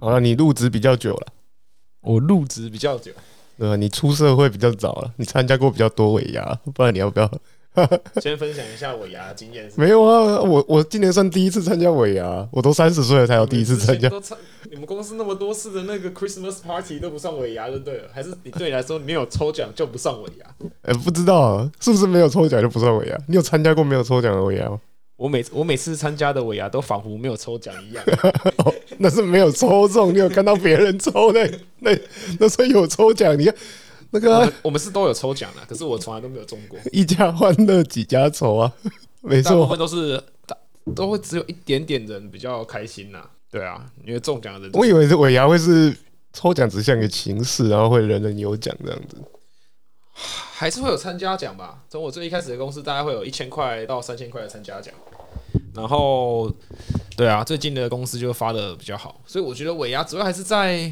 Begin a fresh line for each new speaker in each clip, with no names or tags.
好了，你入职比较久了，
我入职比较久，
对吧？你出社会比较早了，你参加过比较多尾牙，不然你要不 要？
先分享一下我牙的经验是。
没有啊，我我今年算第一次参加尾牙，我都三十岁了才有第一次参加
你们之前。都参你们公司那么多次的那个 Christmas party 都不算尾牙就对了，还是你对你来说没有抽奖就不算尾牙？
哎、不知道啊是不是没有抽奖就不算尾牙？你有参加过没有抽奖的尾牙吗？
我每我每次参加的尾牙都仿佛没有抽奖一 样，
哦，那是没有抽中，你有看到别人抽那 那那时候有抽奖，你看那个
我
啊、
们我们是都有抽奖的，可是我从来都没有中过，
一家欢乐几家愁啊， 没
大部分
错。
都是大都会只有一点点人比较开心呐、对啊，因为中奖的人
我以为是尾牙会是抽奖只像个形式，然后会人人有奖这样子。
还是会有参加奖吧。从我最一开始的公司，大概会有一千块到三千块的参加奖。然后，对啊，最近的公司就发的比较好，所以我觉得尾牙主要还是在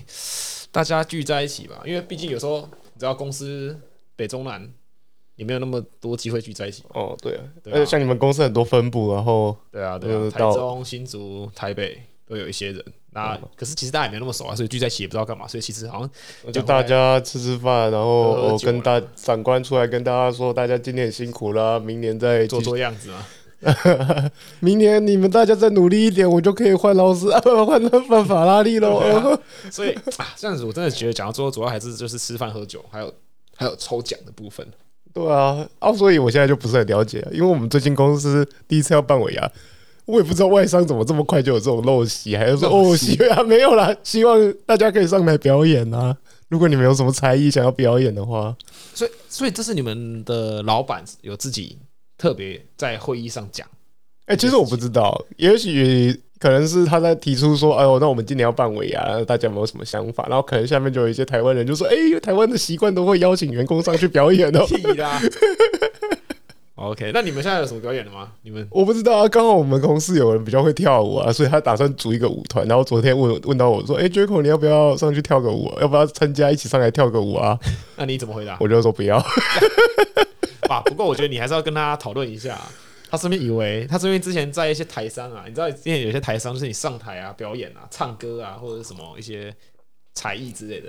大家聚在一起吧，因为毕竟有时候你知道公司北中南也没有那么多机会聚在一起。
哦，对啊，
对啊
而且像你们公司很多分部，然后
对啊，对啊
呃，
台
到
中、新竹、台北都有一些人。那可是其实大家也没有那么熟啊，所以聚在一起也不知道干嘛，所以其实好像
就大家吃吃饭，然后
喝
我
酒啊
跟大长官出来跟大家说，大家今年辛苦啦，明年再
做
继续
做样子嘛。
明年你们大家再努力一点，我就可以换劳斯，啊 换换法拉利喽。呃
所以啊，这样子我真的觉得讲到最后，主要还是就是吃饭喝酒，还有还有抽奖的部分。
对啊，啊，所以我现在就不是很了解，啊因为我们最近公司第一次要办尾牙，我也不知道外商怎么这么快就有这种陋习，还是说
陋
哦，
习
希望没有啦，希望大家可以上台表演啊。如果你们有什么才艺想要表演的话，
所以所以这是你们的老板有自己特别在会议上讲，
哎、其实我不知道，也许可能是他在提出说，哎呦，那我们今年要办尾牙， 大家有没有什么想法？然后可能下面就有一些台湾人就说，哎、台湾的习惯都会邀请员工上去表演哦。
屁啦。OK，那你们现在有什么表演了吗？你们
我不知道啊，刚好我们同事有人比较会跳舞啊，所以他打算组一个舞团。然后昨天问问到我说：“哎、j a c o 你要不要上去跳个舞、啊？要不要参加一起上来跳个舞啊
那你怎么回答？”？
我就说不要。
啊，不过我觉得你还是要跟他讨论一下。啊他身边以为他身边之前在一些台商啊，你知道之前有些台商就是你上台啊、表演啊、唱歌啊，或者是什么一些才艺之类的，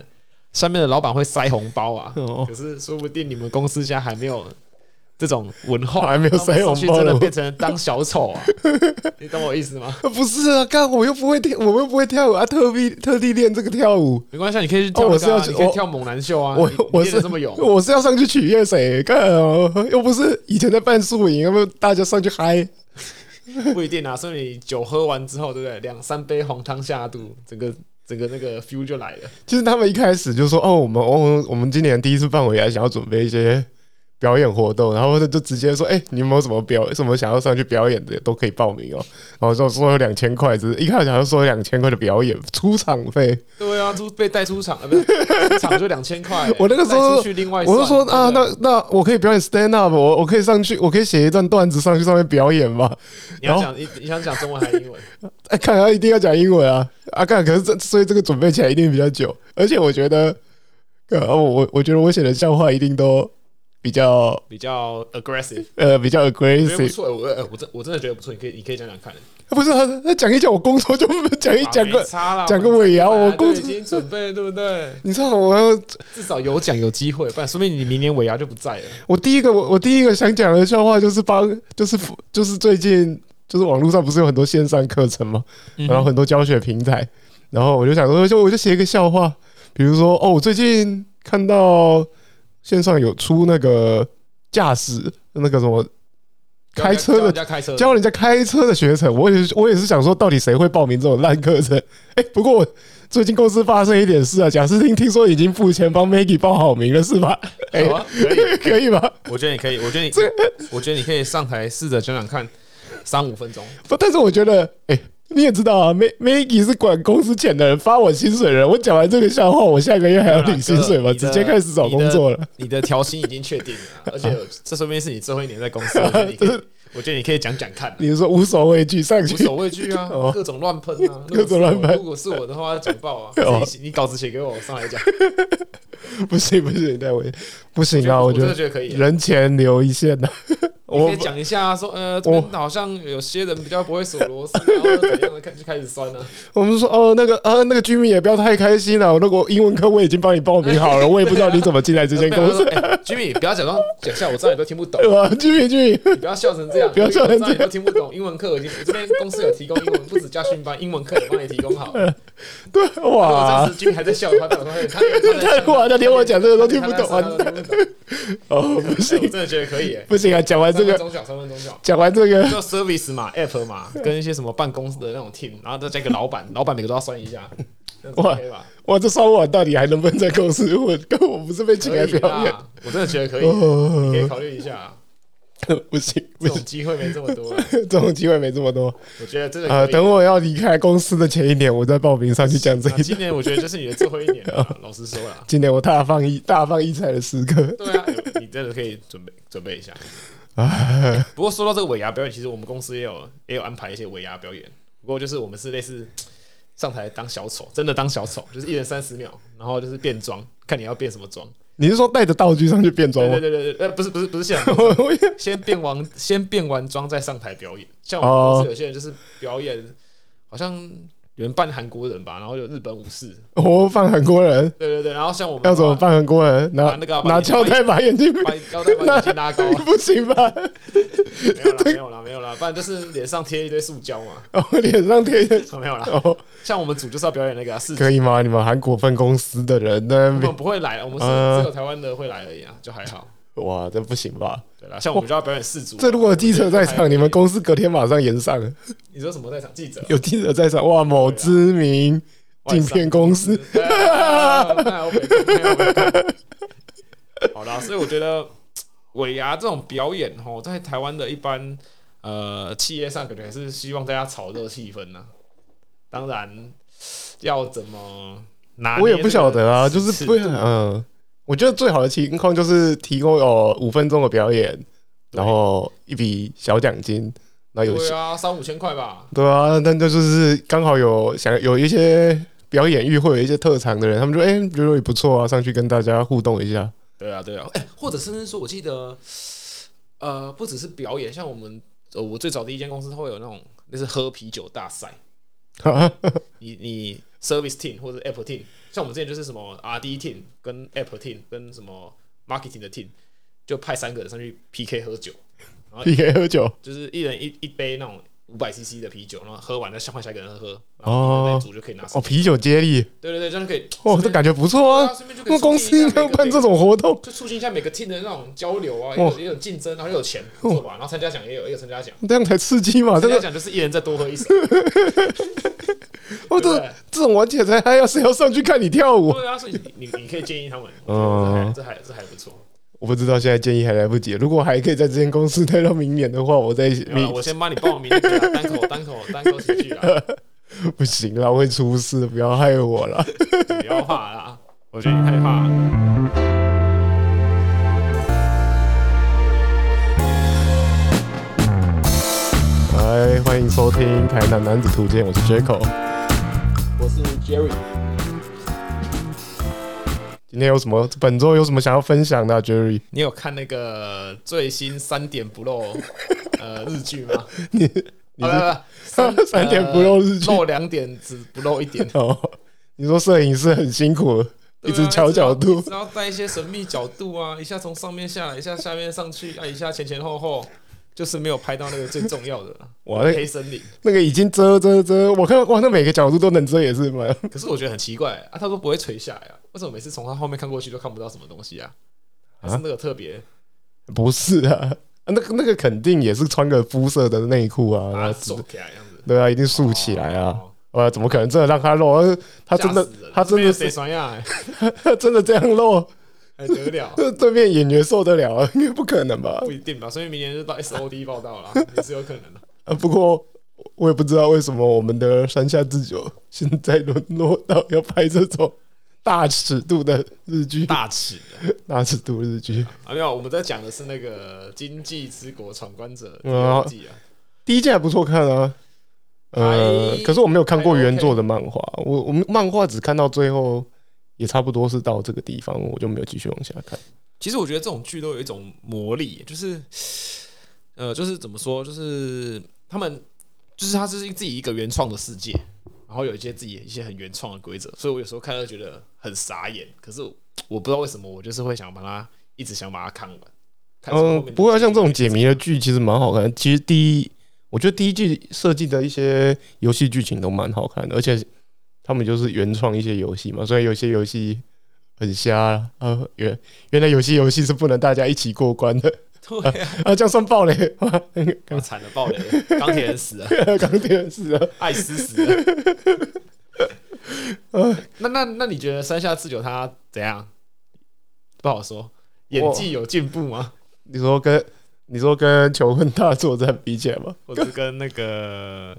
上面的老板会塞红包啊。
哦
可是说不定你们公司现在还没有这种文化，
还没有塞红包
他们上去真的变成当小丑啊！你懂我意思吗？
不是啊，刚我又不会跳，我又不会跳舞啊，特地特地练这个跳舞。
没关系啊，你可以去跳、啊
哦我是要去
你可以
我
跳猛男秀啊！
我
你
我
你练
是
得这么勇，
我是要上去取悦谁？看哦，又不是以前在办宿营，要不大家上去嗨？
不一定啊，所以你酒喝完之后，对不对？两三杯红汤下肚，整个整个那个 feel 就来了。
其实他们一开始就说：“哦，我们我们我们今年第一次办尾牙，想要准备一些表演活动，然后就直接说：‘哎、你们有什么表什么想要上去表演的，都可以报名哦。’然后就说有两千块，只是一开始好像说有两千块的表演出场费，
对啊，出被带出场， 呃，不是出场就两千块。
我那个时候
带出去另外算，
我就说啊，
对不
那那我可以表演 stand up，我我可以上去，我可以写一段段子上去上面表演嘛。
对你要讲你你想讲中文还是 英文？
哎、看来一定要讲英文啊啊！看，可是这所以这个准备起来一定比较久，而且我觉得，呃，我我我觉得我写的笑话一定都比较
比较 aggressive，
呃比较
我觉得不
aggressive。
错，我呃我真我真的觉得不错，你可以你可以讲讲看。
不是他他讲一讲我工作就讲一
啊
哎讲
没
个，
差啦
讲个尾牙
我们
我工
本来就已经准备了对不对？
你知道我要
至少有奖有机会，不然说明你明年尾牙就不在了。
我第一个我我第一个想讲的笑话就是帮就是就是最近就是网络上不是有很多线上课程吗？然后很多教学平台，然后我就想说，就我就写一个笑话，比如说哦，我最近看到线上有出那个驾驶那个什么开
教人家
车
教人
的。
家开车的，
教人家开车的学程，我也是我也是想说，到底谁会报名这种烂课程？哎、不过我最近公司发生一点事啊，贾斯汀听说已经付钱帮 Maggie 报好名了，是吧？ 哎、
好啊可以。
可以吧？
我觉得你可以，我觉得你，我觉得你 可以上台试着讲讲看，三五分钟。
不，但是我觉得，哎、你也知道啊，Ma-，Maggie 是管公司钱的人，发我薪水的人。我讲完这个笑话，我下个月还要领薪水吗？
你的
直接开始找工作了。
你的调薪已经确定了，而且这说明是你最后一年在公司，我觉得你可以，我觉得你可以讲讲看。
你是说无所畏惧上
无
去？
所畏惧啊
哦，
各种乱喷啊，
各种乱喷
如果是我如果是我的话，讲爆啊！
哦
你你稿子写给我，我上来讲。
不行不行，太危不行啊！
我
我觉
真的
得
觉得可以。
人前留一线呐、啊
你
我
可以讲一下说，呃，这边好像有些人比较不会锁螺丝，然后怎样的开就开始酸了。
我们就说哦，那个啊，那个居民也不要太开心了。那个英文课我已经帮你报名好了，我也不知道你怎么进来这间公
我
司。
说，哎，Jimmy，不要假装讲笑，我知道你都听不懂，
对吧？居民居民，
你不要笑成这样，
不要笑成这样
我知道你都听不懂。英文课我已经这边公司有提供英文，不止家训班，英文课也帮你提供好。
对
如果
哇
当，时 Jimmy 还在笑的话，他可能会他他在
太
笑
哇，他连我讲这个都听不懂
他
啊！
在笑他都听不懂
哦，不
哎我
行
真的觉得可以，哎
不行啊，讲完这
三分
个，
钟小，三分钟小。
讲完这个，
就 service 嘛，app 嘛，跟一些什么办公室的那种 team，然后再加一个老板，老板每个都要算一下，这样子
哇
OK 吧？
哇，这烧碗到底还能不能在公司混？跟我不是被请
可
来
以
表演，
啦，我真的觉得可以，你可以
哦，
考虑一下啊，
不行不行，
这种机会没这么多啊，
这种机会没这么多
我觉得真的
啊！
可以。
等我要离开公司的前一年，我再报名上去讲这
啊
一
今年我觉得这是你的最后一年了，老实说啦。
今年我大放异 大放异彩的时刻，
对啊，哎你真的可以准备准备 一下。
哎
不过说到这个尾牙表演，其实我们公司也有也有安排一些尾牙表演，不过就是我们是类似上台当小丑，真的当小丑，就是一人三十秒，然后就是变装，看你要变什么装。
你是说带着道具上去变装吗，
对？对对对，呃，不是不是不是现场
我我也
先变完先变完妆再上台表演。像我们公司有些人就是表演，好像有人扮韩国人吧，然后有日本武士，
我放韩国人，
对对对，然后像我们
要怎么
把
办？韩国人拿
把那个啊把
拿
眼
胶带把眼睛
把腰带把 眼睛拉高啊，
不行吧？
没有啦没有啦没有啦，不然就是脸上贴一堆塑胶嘛，
哦，脸上 贴一个
没有啦。
哦，
像我们组就是要表演那个啊是，
可以吗？你们韩国分公司的人在那
我
边
们不会来，我们
嗯
是只有台湾的会来而已啊，就还好。
哇，这不行吧？
对啦，像我们就要表演四组，
这如果有记者在
哎
场，你们公司隔天马上延上。
你说什么在场记者
有记者
啊
在场，哇，某知名
外
镜
商
片公司，
对啊那我没空那我没空 好啦，所以我觉得尾牙这种表演哦，在台湾的一般呃企业上，感觉还是希望大家炒热气氛呢、当然，要怎么拿捏这个尺寸？
我也不晓得啊，就是不嗯，我觉得最好的情况就是提供有五分钟的表演，
对
然后一笔小奖金，那有
对啊，三五千块吧。
对啊，但这就是刚好有想有一些表演欲或有一些特长的人，他们就哎、诶觉得也不错啊，上去跟大家互动一下。
对啊，对啊，哎、或者甚至说，我记得，呃，不只是表演，像我们，呃，我最早的一间公司，它会有那种那是喝啤酒大赛，你你 service team 或者 app team，像我们之前就是什么 R D team 跟 app team 跟什么 marketing 的 team，就派三个人上去 PK 喝酒，
PK 喝酒
就是一人一一杯那种五百 CC 的啤酒，然后喝完再换下一个人喝，然后那一
哦
组就可以拿手
哦，。啤酒接力，
对对对，这样就可以。
哦，这感觉不错
啊，
啊。
顺便就可
那
以
公
促进
司
一
应
下
该
每个
办这种哦活动，
就促进一下每个 team 的那种交流啊，也
哇
有也有竞争，然后又有钱，不错吧？然后参加奖也有，也有参加奖。
这样才刺激哦啊嘛！这
参加
个
奖就是一人再多 喝一手，
哦，
对不
这
对？
这种玩起来才嗨，要是要上去看你跳舞，
对啊，所以你你你可以建议他们，
嗯
嗯，这还这还不错。
我不知道现在建议还来不及。如果还可以在这间公司待到明年的话，我再
没有啦，
明
啊我先帮你报名那个啦单口单口单口喜剧啊啦，
不行了，我会出事的，不要害我 了。
你不要怕啦，我觉得你害怕啊了。
来，哎欢迎收听《台南男子图鉴》，我是 Jaco。
我是 Jerry，
今天有什么？本周有什么想要分享的、啊、，Jerry？
你有看那个最新三点不 漏呃日剧吗？
你
啊
是
不不不三
三点不漏日剧，
呃漏两点只不漏一点
哦，你说摄影师很辛苦，一直调角度，
然后带一些神秘角度啊，一下从上面下来，一下下面上去，啊一下前前后后，就是没有拍到那个最重要的啦
哇那
黑森林。
那个已经遮遮遮，我看哇，那每个角度都能遮也是蛮
可是我觉得很奇怪、啊，他说不会垂下来啊，为什么每次从他后面看过去都看不到什么东西啊？还是那个特别
不是啊，啊那个那个肯定也是穿个肤色的内裤啊，
把
然
它
后
皱起来这样子，
对啊，一定竖起来啊。
哦，
啊，怎么可能真的让他露？啊他真的
吓死人，
他真
这边
的
谁
是，
传呀？
他真的这样露，？
还得了
这对面演员受得了啊？应该不可能吧？
不一定吧，所以明年就到 SOD 报道了， 也是有可能的。
啊，不过我也不知道为什么我们的山下智久现在沦落到要拍这种大尺度的日剧，
大尺的
大尺度日剧。
啊，没有，我们在讲的是那个《经济之国闯关者》第
哦
二季啊，
第一季还不错看啊，呃，
还
可是我没有看过
哎还 OK
原作的漫画，我我们漫画只看到最后，也差不多是到这个地方，我就没有继续往下看。
其实我觉得这种剧都有一种魔力，就是呃，就是怎么说，就是他们就是它是自己一个原创的世界，然后有一些自己一些很原创的规则，所以我有时候看到觉得很傻眼，可是我不知道为什么，我就是会想把它一直想把它看完。看从后
嗯
面的，
不过像这种
结
解
局
谜的剧，其实蛮好看。其实第一，我觉得第一季设计的一些游戏剧情都蛮好看的，而且他们就是原创一些游戏嘛，所以有些游戏很瞎啊。呃原原来有些游戏是不能大家一起过关 的
对啊，
啊，这样算暴雷 吗？
啊惨了，爆雷了，钢铁人死了，
钢铁人是啊，
艾斯死了。 那那那你觉得山下智久他怎样？不好说，演技有进步吗？
你说跟你说跟求婚大作战比起来吗？
或者是跟那个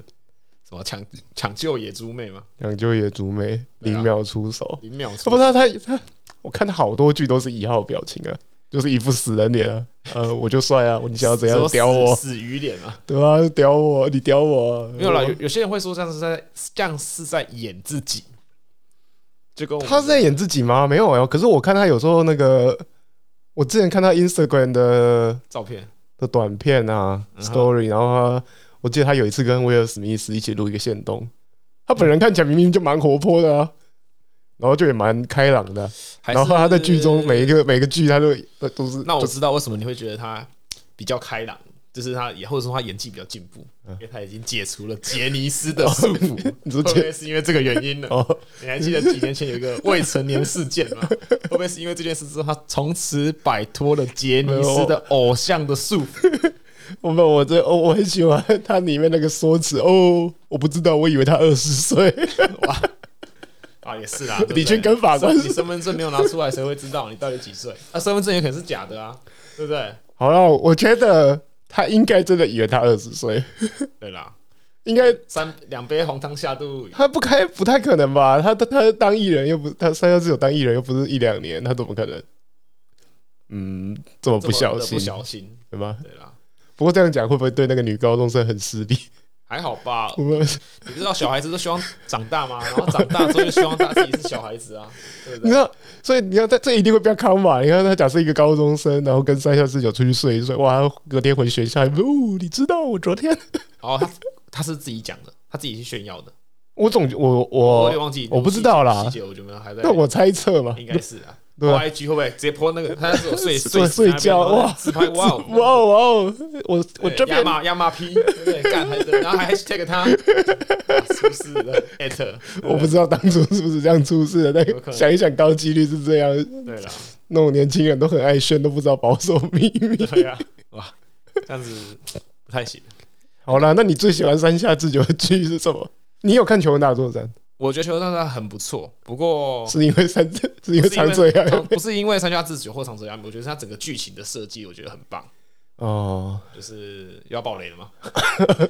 什么抢抢救野猪妹吗？
两就野竹妹
对啊
零秒出手，
零秒
啊、
出
不，他他他，我看他好多剧都是一号表情啊，就是一副死人脸啊。呃，我就帅啊，我你想要怎样
说
屌我？
死死鱼脸啊？
对啊，屌我，你屌我啊。
没有啦，
我
有有些人会说这样是在这样是在演自己，就跟我们
他是在演自己吗？没有啊。可是我看他有时候那个，我之前看他 Instagram 的
照片
的短片啊、
嗯哼
story，然后他我记得他有一次跟威尔史密斯一起录一个线动，他本人看起来明明就蛮活泼的啊，然后就也蛮开朗的啊、
还是
然后他在剧中每一个每个剧他都都都是
那我
就
知道为什么你会觉得他比较开朗，就是他也或者说他演技比较进步，因为他已经解除了杰尼斯的束缚。
嗯 你说
会不
姐
会是因为这个原因呢？
哦。
你还记得几年前有一个未成年事件吗？ 会不会是因为这件事之后，他从此摆脱了杰尼斯的偶像的束缚？
我们我这我我很喜欢它里面那个说辞哦，我不知道，我以为他二十岁，
啊，也是啦，对不对
你去跟法官
你身份证没有拿出来，谁会知道你到底几岁？那、身份证也可能是假的啊，对不对？
好了，我觉得他应该真的以为他二十岁，
对啦，
应该
三两杯红汤下肚，
他不开不太可能吧？他他他当艺人又不他三幺四九当艺人又不是一两年，他怎么可能？嗯，这么
这
不
么
小
的
心
不，小心，
对吗？
对啦，
不过这样讲会不会对那个女高中生很失礼？
还好吧
我。们
你知道小孩子都希望长大吗？然后长大之后就希望他自己是小孩子啊，对不
你知
对？
道，所以你要在这一定会被他康嘛？你看他假设一个高中生，然后跟三下四九出去睡一睡，哇，隔天回学校，哦，你知道我昨天
然后他他是自己讲的，他自己去炫耀的。
我总我
哦我也
我
忘记，
我不知道啦
细节我就没有还在。
那我猜测嘛，
应该是啊。
对啊
y g 会不会直接泼那个？他那时候睡
睡
睡
睡觉哇
自拍哇哦
哇哦哇哦，我我这
亚
边
马亚马 P 对不对？干还然后还 hashtag 他，啊是不是的 at？
我不知道当初是不是这样出事的，
有可
但
能
想一想高几率是这样，
对了，
那种年轻人都很爱炫，都不知道保守秘密。
对啊，哇，这样子不太行。
好啦，那你最喜欢山下智久的剧是什么？你有看《求婚大作战
我觉得球大战很不错，不过》
是因为 山是因为
不是
长嘴啊？
长不是因为三家自己或长泽雅美，我觉得他整个剧情的设计我觉得很棒，
哦，
就是要爆雷了嘛，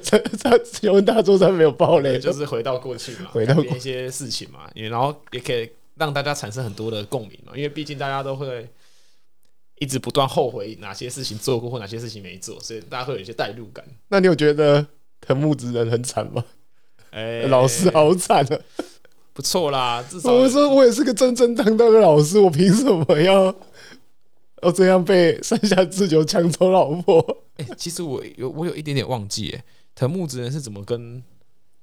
山山求婚大作战没有爆雷，
就是回到过去嘛，
回到
改
过
变一些事情嘛，也然后也可以让大家产生很多的共鸣嘛，因为毕竟大家都会一直不断后悔哪些事情做过或哪些事情没做，所以大家会有一些代入感。
那你有觉得藤木直人很惨吗？
哎、
老师好惨啊！
不错啦，至少
我说我也是个正正当当的老师，我凭什么要要这样被山下智久抢走老婆？
哎、其实我有我有一点点忘记，哎，藤木直人是怎么跟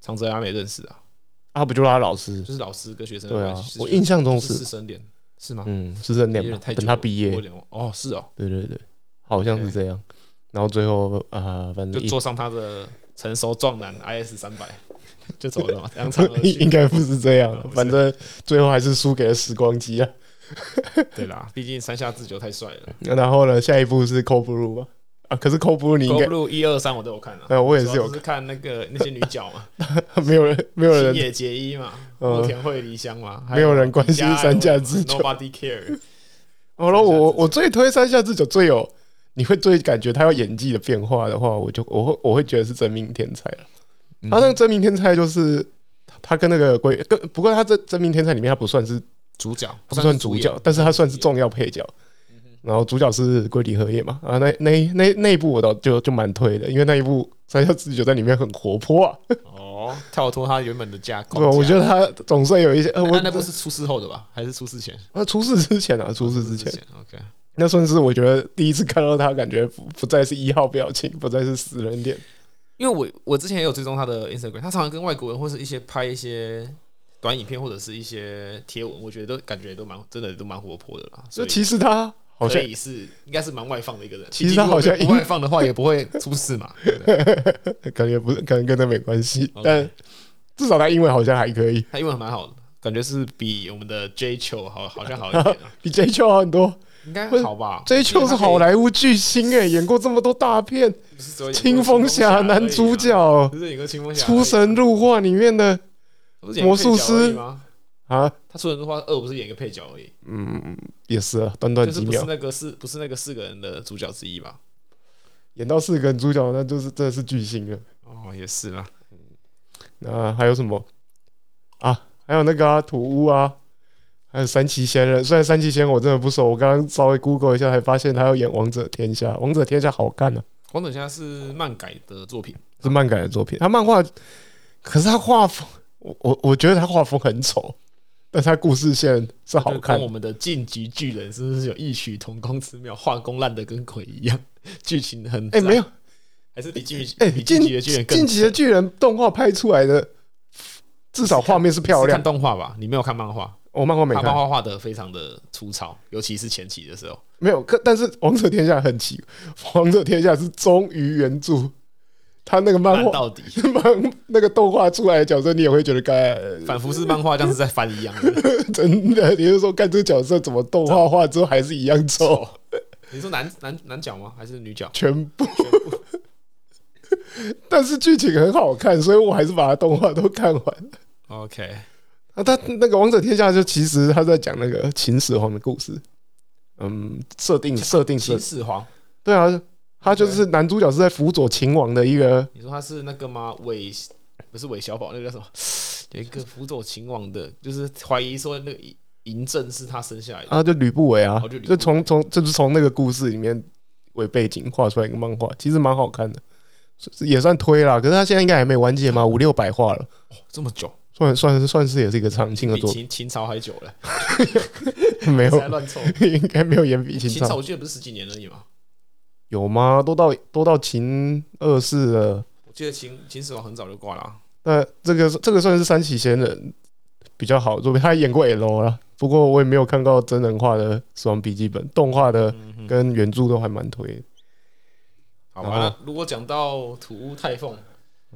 长泽雅美认识的啊？
啊，不就是他老师？
就是老师跟学生的
对
关
啊
系，是
我印象中
是师
是，
生恋是吗？
嗯，师生恋
有
吧
点太久
等
了
他毕
我有
业，
点忘哦，是哦，
对对对，好像是这样。然后最后啊、反
就
正一
坐上他的成熟壮男 IS 三百，就 走了嘛，扬长而
应
去。
该不是这样
不，是
反正最后还是输给了时光机啊。
对啦，毕竟山下智久太帅了。
然后呢，下一步是 Cold Blue 吧？啊，可是 Cold Blue 你
Go
应
Blue 一二三我都有看啊，
呃我也是有
主要就是看那个那些女角嘛，
该没有人， 没有
星
人
野结衣嘛，
嗯
墨田惠梨香嘛，还
没有人关心
加
山下
爱嘛
智久
，Nobody care。
好了，
山下
我
智久
我最推山下智久最有，你会最感觉他有演技的变化的话，我就我会我会觉得是真命天才了。他那个真命天才就是他他跟那个鬼跟，不过他这真命天才里面他不算是
主角
不算主角，但是他算是重要配角。然后主角是龟梨和也嘛啊，那那那那一部我倒就就蛮推的，因为那一部山下智久在里面很活泼啊，
哦，跳脱他原本的架
对吧？
构。
我觉
得
得他总算有一些，呃，
那
我呃
那部是出事后的吧，还是出事前？
那出事之前啊，出事之前，
，OK，
那算是我觉得第一次看到他，感觉不不再是一号表情，不再是死人脸。
因为我我之前也有追踪他的 Instagram，他常常跟外国人或是一些拍一些短影片或者是一些贴文，我觉得都感觉都蛮真的都蛮活泼的啦。
所
所
以
以
其实他好像
可以是应该是蛮外放的一个人。
其实他好像
毕竟如果不外放的话也不会出事嘛。对不对
可能也不是，可能跟他没关系
OK
但至少他英文好像还可以，
他英文蛮好的，感觉是比我们的 J 球好好像好一 点啊，
比 J 球好很多。
应该
不是
好吧
J 球是好，莱坞巨星哎、演过这么多大片，《
不是只有演过
青蜂侠》男主，角，
不是演过青蜂
《
侠而已啊，
出神入化》里面的
不是演个配角
魔术师
而已吗？
啊，
他出神入化二不是演一个配角而已，
嗯，也是啊，短短
就是
几
不是
秒
那个四不是那个四个人的主角之一吧？
演到四个人主角，那就是真的是巨星了。
哦，也是啦。
那还有什么啊？还有那个啊，土屋啊，还有三崎仙人。虽然三崎仙人我真的不熟，我刚刚稍微 Google 一下，才发现他要演《王者天下》。《王者天下》好看啊，
黄总现在是漫改的作品，
是漫改的作品。他漫画，可是他画风，我我我觉得他画风很丑，但是他故事线是好
就
看
跟我。们的《进击巨人》是不是有异曲同工之妙？画工烂的跟鬼一样，剧情很
哎、
赞
没有，
还是比《进击》
哎、
比《
进
进击的巨人》更
进击的巨人动画拍出来的，至少画面是漂
是
亮
看。动画吧？你没有看漫画，
我、漫画没
他
看
漫，画画的非常的粗糙，尤其是前期的时候。
没有，可但是《王者天下》很奇，《王者天下》是忠于原著，他那个漫
烂
画、
到底，
漫那个动画出来的角色，你也会觉得该
反复是漫画，像是在翻一样的。
真的，你就说看这个角色怎么动画化之后还是一样丑，
你说男男男角吗？还是女角？
全部。 但是剧情很好看，所以我还是把它动画都看完。
OK，
啊，他那个《王者天下》就其实他在讲那个秦始皇的故事，嗯，设定设定设
秦始皇，
对啊，他就是男主角是在辅佐秦王的一个
你说他是那个吗？韦不是韦小宝，那个叫什么？ 有一个辅佐秦王的，就是怀疑说那个嬴嬴政是他生下来的。
啊，就吕不韦啊
哦就吕，不
就
韦
从从就是从那个故事里面为背景画出来一个漫画，其实蛮好看的，是也算推啦。可是他现在应该还没完结嘛，五六百话了，
这么久，
算算是算是也是一个长青的
比
作
秦秦朝还久了，
品，没
才
有，
乱 凑。
应该没有演比秦
秦朝
朝
我记得不是十几年而已嘛，
有吗？都到都到秦二世了，
我记得秦秦始皇很早就挂了啊、
那这个这个算是三崎贤人比较好的作品，他演过 L 啦。不过我也没有看到真人化的《死亡笔记本》，动画的
嗯哼，
跟原著都还蛮推的。
好
然后
吧。那如果讲到土屋太凤，
嗯哎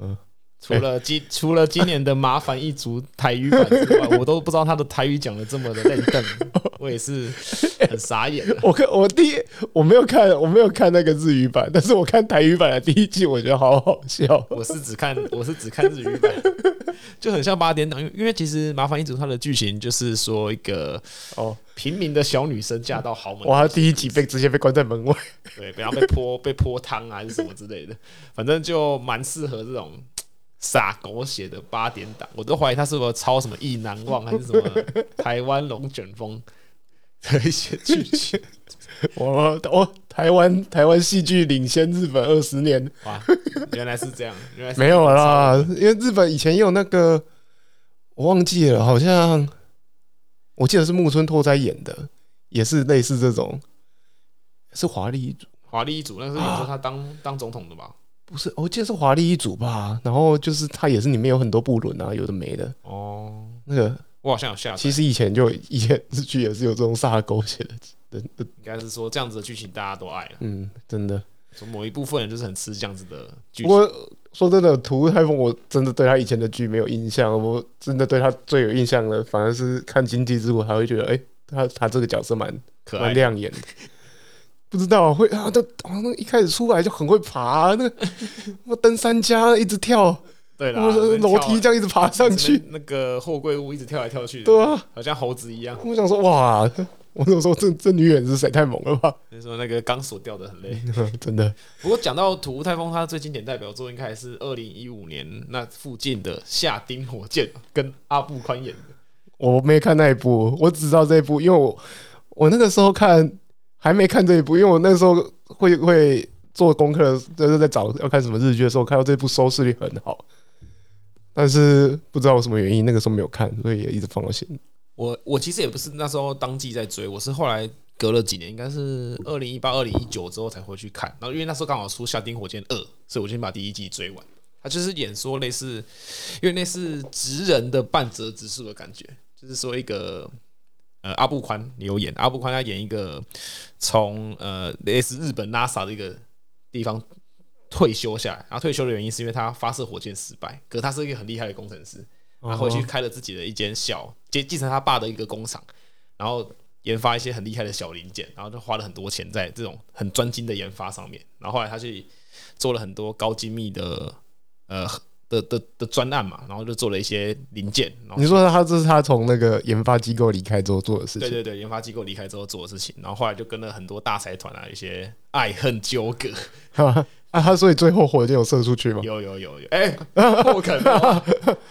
嗯。除了今除了今年的麻烦一族台语版之外，我都不知道他的台语讲的这么的 认真，我也是很傻眼啊了。
我看我第一我没有看我没有看那个日语版，但是我看台语版的第一季，我觉得好好笑。
我是只看我是只看日语版，就很像八点档，因为因为其实麻烦一族它的剧情就是说一个
哦，
平民的小女生嫁到豪门，
哇，他第一集被直接被关在门外，
对，不要被泼被泼汤啊，还是什么之类的，反正就蛮适合这种傻狗血的八点档。我都怀疑他是不是抄什么《意难忘》还是什么台湾龙卷风的一些剧情。
我哦，台湾台湾戏剧领先日本二十年，
哇，原来是这样，原来是
没有啦
抄的，
因为日本以前也有那个我忘记了，好像我记得是木村拓哉演的，也是类似这种，是华丽一族，
华丽一族，那是你说他当、当总统的吧？
不是，我记得是华丽一族吧。然后就是他也是里面有很多部轮啊，有的没的，
哦，
那个
我好像有下载，
其实以前就以前日剧也是有这种撒狗血的，真的，
应该是说这样子的剧情大家都爱了，
嗯，真的。
说某一部分人就是很吃这样子的剧
不
情。
过说真的，土屋太凤我真的对他以前的剧没有印象，我真的对他最有印象的反而是看《经济之国》，还会觉得哎、他他这个角色蛮
可爱
蛮，亮眼的。不知道会啊，这好像一开始出来就很会爬、那个我登山家一直跳，
对啦，
我楼梯
这
这样一直爬上去，
那个货柜屋一直跳来跳去的，
对啊，
好像猴子一样。
我想说哇，我那时候这这女演是谁太猛了吧，
就是说那个钢索掉的很累。
真的。
不过讲到土屋太凤，他最经典代表作应该还是二零一五年那附近的《下町火箭》，跟阿布宽演的。
我没看那一部，我只知道这一部，因为我我那个时候看还没看这一部，因为我那时候会会做功课，就是在找要看什么日剧的时候，看到这部收视率很好，但是不知道什么原因，
哦
那个时候没有看，所以也一直放到现在。
我我其实也不是那时候当季在追，我是后来隔了几年，应该是二零一八、二零一九之后才回去看。然后因为那时候刚好出《夏丁火箭二》，所以我先把第一季追完。他就是演说类似，因为类似职人的半泽直树的感觉，就是说一个呃阿布宽也有演，阿布宽他演一个从呃类似日本 NASA 的一个地方退休下来，然后退休的原因是因为他发射火箭失败，可是他是一个很厉害的工程师，然后去开了自己的一间小接继承他爸的一个工厂，然后研发一些很厉害的小零件，然后就花了很多钱在这种很专精的研发上面。然后后来他去做了很多高精密的呃的的的专案嘛，然后就做了一些零件。然后
你说他这是他从那个研发机构离开之后做的事
对
情，
对对，研发机构离开之后做的事情，然后后来就跟了很多大财团啊，一些爱恨纠 葛，
哈哈啊，他所以最后火箭有射出去吗？
有有有有，哎、不可能哦、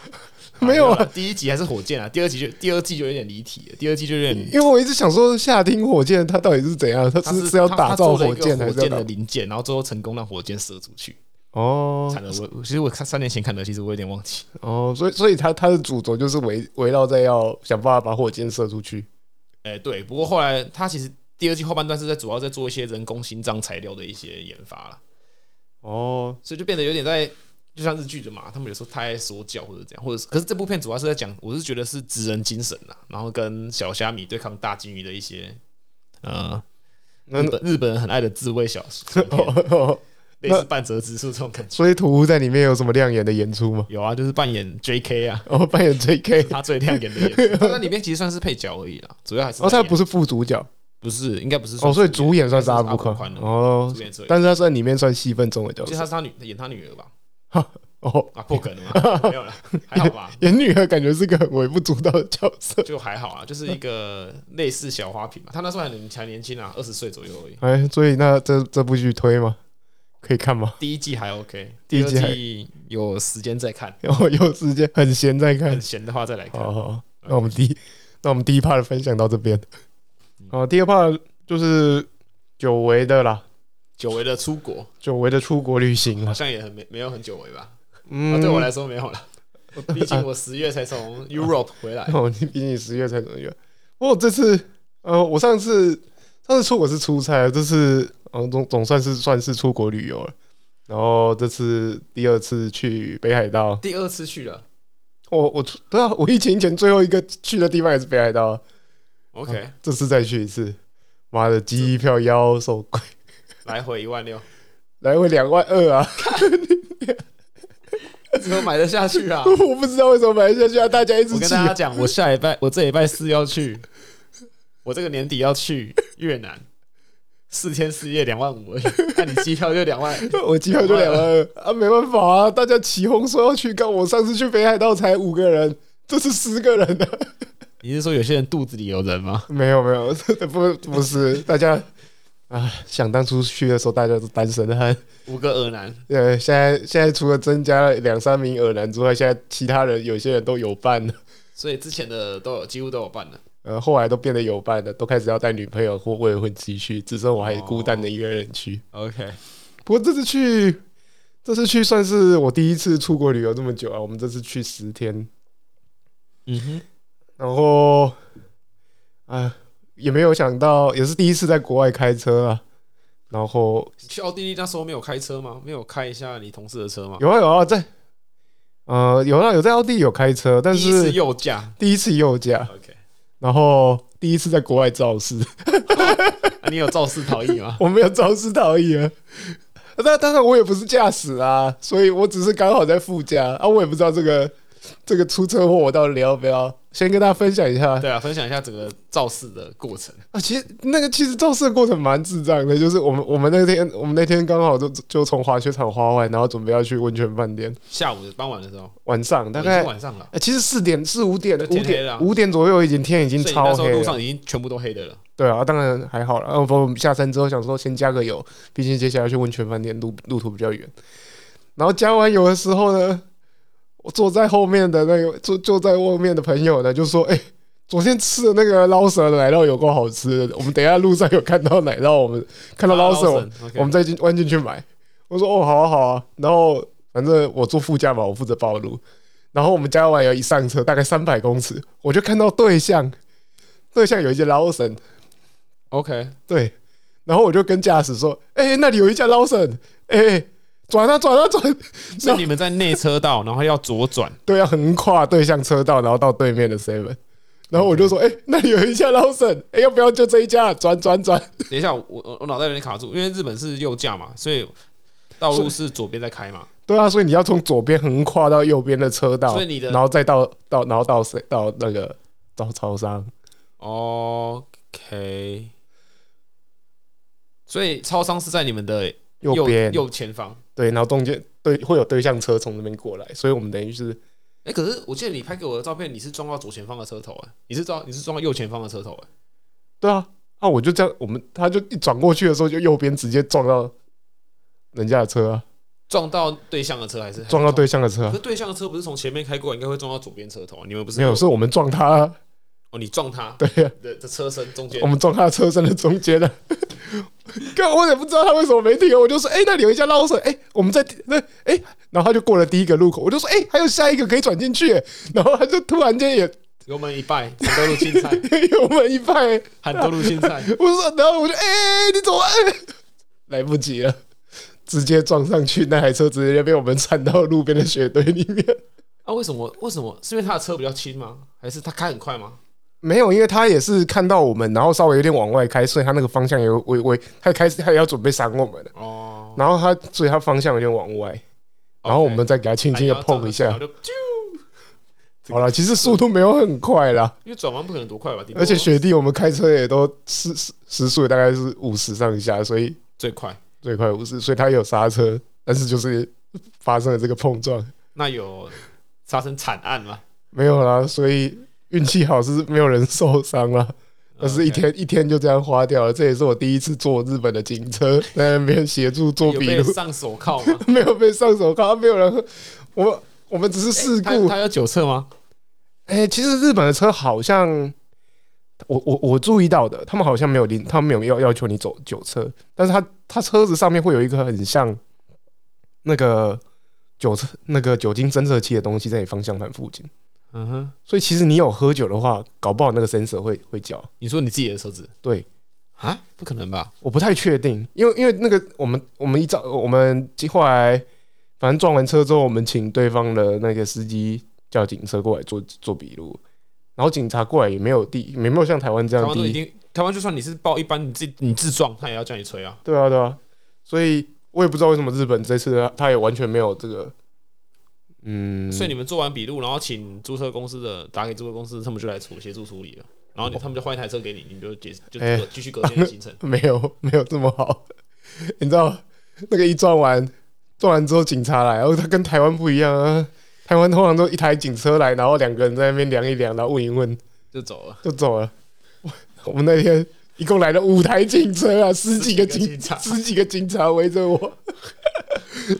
没有啊
啊，第一集还是火箭啊，第二集就第二季就有点离题了，第二季就有点
因为我一直想说夏丁火箭它到底是怎样，它
他
是是要
他
打
他
造
做了一
火
个
箭还
火
是要
箭
打
的零件，然后最后成功让火箭射出去。
哦
惨了，我我其实我看三年前看的，其实我有点忘记。
哦，所以所以它它的主轴就是围围绕在要想办法把火箭射出去。
哎、对，不过后来他其实第二季后半段是在主要在做一些人工心脏材料的一些研发了，
哦，
所以就变得有点在就像日剧的嘛，他们有时候太爱说教或者怎样，或者是可是这部片主要是在讲，我是觉得是职人精神啦，然后跟小虾米对抗大金鱼的一些呃。
那哦
日本日本人很爱的自卫小说片，类似半泽直树这种感觉。
所以土屋在里面有什么亮眼的演出吗？
有啊，就是扮演 J.K. 啊，
哦，扮演 J.K.
他最亮眼的演 出，他在里面其实算是配角而已啦，主要还是
哦，他不
是
是副主角
不是应该不是
哦，所以主演算是
是
阿
布
布宽
宽的，
哦
主，演之一，
但是他算里面算戏份中的角
就
色
他是他女演他女儿吧？
哦。
啊，不可能啊，没有了，还好吧，
演女儿感觉是个很微不足道的角 色，
就还好啊，就是一个类似小花瓶嘛，他那时候还年还年轻啊，二十岁左右而已。
哎，所以那这这部剧推吗？可以看吗？
第一季还 OK，
第
第
一
二
季还
季有时间再 看，
然后哦有时间很闲在看
很，闲的话再来看。
好好，那我们第一那我们第一 part 分享到这边，好，第二 part 就是久违的啦，
久违的出国，
久违的出国旅行
好
了。
像也很没没有很久违吧？啊，
嗯
对我来说没有 了，毕竟我十月才从 Europe 回来。
哦，你比你十月才能约。我这次，呃，我上次上次出国是出差，这次呃总总算是算是出国旅游了。然后这次第二次去北海道，
第二次去了
我我出对啊，我疫情前最后一个去的地方也是北海道啊，
，OK，
这次再去一次，妈的，机票妖受贵，
来回一万六，
来回两万二啊！
怎么买得下去啊？
我不知道为什么买下去啊，大家一直
我
去
跟大家讲，我下礼拜，我这礼拜四要去，我这个年底要去越南，四天四夜两万五而已，那你机票就两万，
我机票就两万二啊，没办法啊，大家起哄说要去干。我上次去北海道才五个人，这次十个人啊的、
你是说有些人肚子里有人吗？
没有没有， 不不是，大家啊，想当初去的时候大家都单身汉，
五个俄男，
呃，现在现在除了增加了两三名耳男之外，现在其他人有些人都有伴 了，
所以之前的都有几乎都有办了。
呃，后来都变得有伴了，都开始要带女朋友或未婚妻去，只剩我还
哦
孤单的一个人去。
OK，
不过这次去，这次去算是我第一次出国旅游这么久啊，我们这次去十天。
嗯哼，
然后，啊、也没有想到，也是第一次在国外开车啊。然后
去奥地利那时候没有开车吗？没有开一下你同事的车吗？
有啊有啊，在呃有啊有在奥地利有开车，但
第一次
是
右驾
第一次右驾，
，OK，
然后第一次在国外肇事，
啊你有肇事逃逸吗？
我没有肇事逃逸啊。那当然我也不是驾驶啊，所以我只是刚好在副驾啊，我也不知道这个这个出车祸我到底要不要。先跟大家分享一下，
对啊，分享一下整个肇事的过程。
啊，其实那个其实肇事的过程蛮智障的，就是我们我们那天我们那天刚好就就从滑雪场滑完，然后准备要去温泉饭店，
下午的傍晚的时候，
晚上大
哦已
概
经、晚上了。
呃其实四点四五点
就
五
天黑
点
了啊
五点左右已经天已经
所以你那
超
时候
黑
路
了，
上已经全部都黑的了。
对啊，当然还好了。然后我们下山之后想说先加个油，毕竟接下来去温泉饭店路路途比较远。然后加完油的时候呢，我坐在后面的那个坐坐在后面的朋友呢就说：“哎、昨天吃的那个捞蛇的奶酪有够好吃的，我们等一下路上有看到奶酪，我们看到捞蛇，我们我们再进弯进去买。”我说：“哦，好啊，好啊。”然后反正我坐副驾嘛，我负责暴露。然后我们加完油一上车，大概三百公尺，我就看到对象，对象有一些捞神，
OK，
对，然后我就跟驾驶说：“哎、那里有一架 Lawson，哎、转啊转啊转，
所以你们在内车道，然后要左转，
对，要啊横跨对向车道，然后到对面的 Seven。”然后我就说：“哎、那里有一架 Lawson，哎、要不要就这一架转转转
等一下，我我我脑袋有点卡住，因为日本是右驾嘛，所以道路是左边在开嘛，？”
对啊，所以你要从左边横跨到右边的车道，
所以你的
然后再到到然后到谁到那个到超商，
OK，所以超商是在你们的
右边
右前方。
对，然后中间对会有对向车从那边过来，所以我们等于是
哎、可是我记得你拍给我的照片，你是撞到左前方的车头、哎，你是撞你是撞到右前方的车头、哎，
对啊，啊我就这样，我们他就一转过去的时候就右边直接撞到人家的车啊，
撞到对向的车还是
撞到？对向的车、
可
啊
是，对向的车不是从前面开过来，应该会撞到左边车头、啊你们不是
没有，是我们撞他、啊，
哦，你撞他
对呀、
的的车身中间
我，们撞他的车身的中间的、啊。 看我也不知道他为什么没停，我就说，哎、那里有一家捞水，哎、我们在那，哎、然后他就过了第一个路口，我就说，哎、还有下一个可以转进去，然后他就突然间也
油门一拜，喊多路青菜，
油门一拜，
喊多路青菜。
我说，然后我就，哎、你怎么、哎来不及了，直接撞上去，那台车直接被我们铲到路边的雪堆里面。
啊，为什么？为什么？是因为他的车比较轻吗？还是他开很快吗？
没有，因为他也是看到我们，然后稍微有点往外开，所以他那个方向有微微，他开始他也要准备闪我们了。
哦，
然后他所以他方向有点往外，然后我们再给他轻轻的碰一下
哎。你要撞的时候就啾
好了，其实速度没有很快啦，
因为转弯不可能多快吧？顶多
而且雪地我们开车也都时时时速也大概是五十上下，所以
最快，
最快五十，所以他有刹车，但是就是发生了这个碰撞，
那有发生惨案吗？
没有啦，所以运气好是没有人受伤啦。但
啊
是一天一天就这样花掉了，这也是我第一次坐日本的警车，在那边协助做
有
笔
被
录，
上手铐吗？
没有被上手铐，没有人，我我们只是事故，
哎他他有酒测吗？
哎、其实日本的车好像，我我我注意到的，他们好像没有零，他们没有要要求你走酒车，但是他他车子上面会有一个很像那个酒测那个酒精侦测器的东西在你方向盘附近，
嗯哼，
所以其实你有喝酒的话，搞不好那个 sensor 会会叫。
你说你自己的车子
对，
啊？不可能吧？
我不太确定，因为因为那个我们我们一照我们后来反正撞完车之后，我们请对方的那个司机叫警车过来做做笔录，然后警察过来也没有第也没有像台湾这
台
样
湾都
第
一
一，
定，台湾就算你是报一般，你自己你自撞，他也要叫你吹啊。
对啊对啊，所以我也不知道为什么日本这次他他也完全没有这个，嗯，
所以你们做完笔录，然后请租车公司的打给租车公司，他们就来处协助处理了。然后你他们就换一台车给你，你就解就
哦哎
隔继续隔天的 行程。
没有没有这么好，你知道那个一撞完撞完之后警察来，然后他跟台湾不一样啊。台湾通常都一台警车来，然后两个人在那边量一量，然后问一问，
就走了。
就走了。我我们那天一共来了五台警车啊，十几个
十
警
几个警察
十几个警察围着我，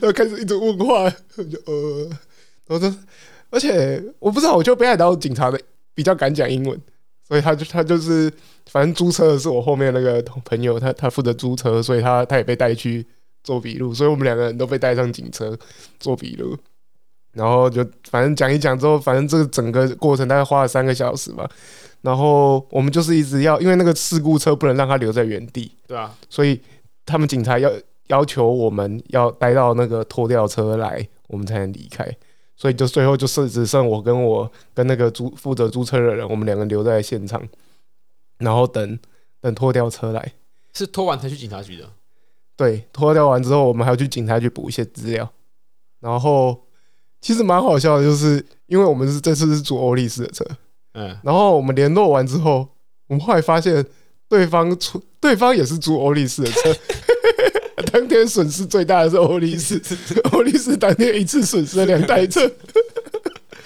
然后开始一直问话，我就呃，然后就而且我不知道，我就北海道警察的比较敢讲英文，所以他就他就是反正租车的是我后面那个同朋友，他他负责租车，所以他他也被带去做笔录，所以我们两个人都被带上警车做笔录。然后就反正讲一讲之后，反正这个整个过程大概花了三个小时吧。然后我们就是一直要，因为那个事故车不能让它留在原地，
对啊，
所以他们警察要要求我们要待到那个拖吊车来，我们才能离开。所以就最后就是只剩我跟我跟那个租负责租车的人，我们两个留在现场，然后等等拖吊车来。
是拖完才去警察局的。
对，拖掉完之后，我们还要去警察局补一些资料。然后其实蛮好笑的，就是因为我们是这次是租欧力士的车，
嗯，
然后我们联络完之后，我们后来发现对方出对方也是租欧力士的车， 当天损失最大的是欧力 士，欧力士当天一次损失了两台车。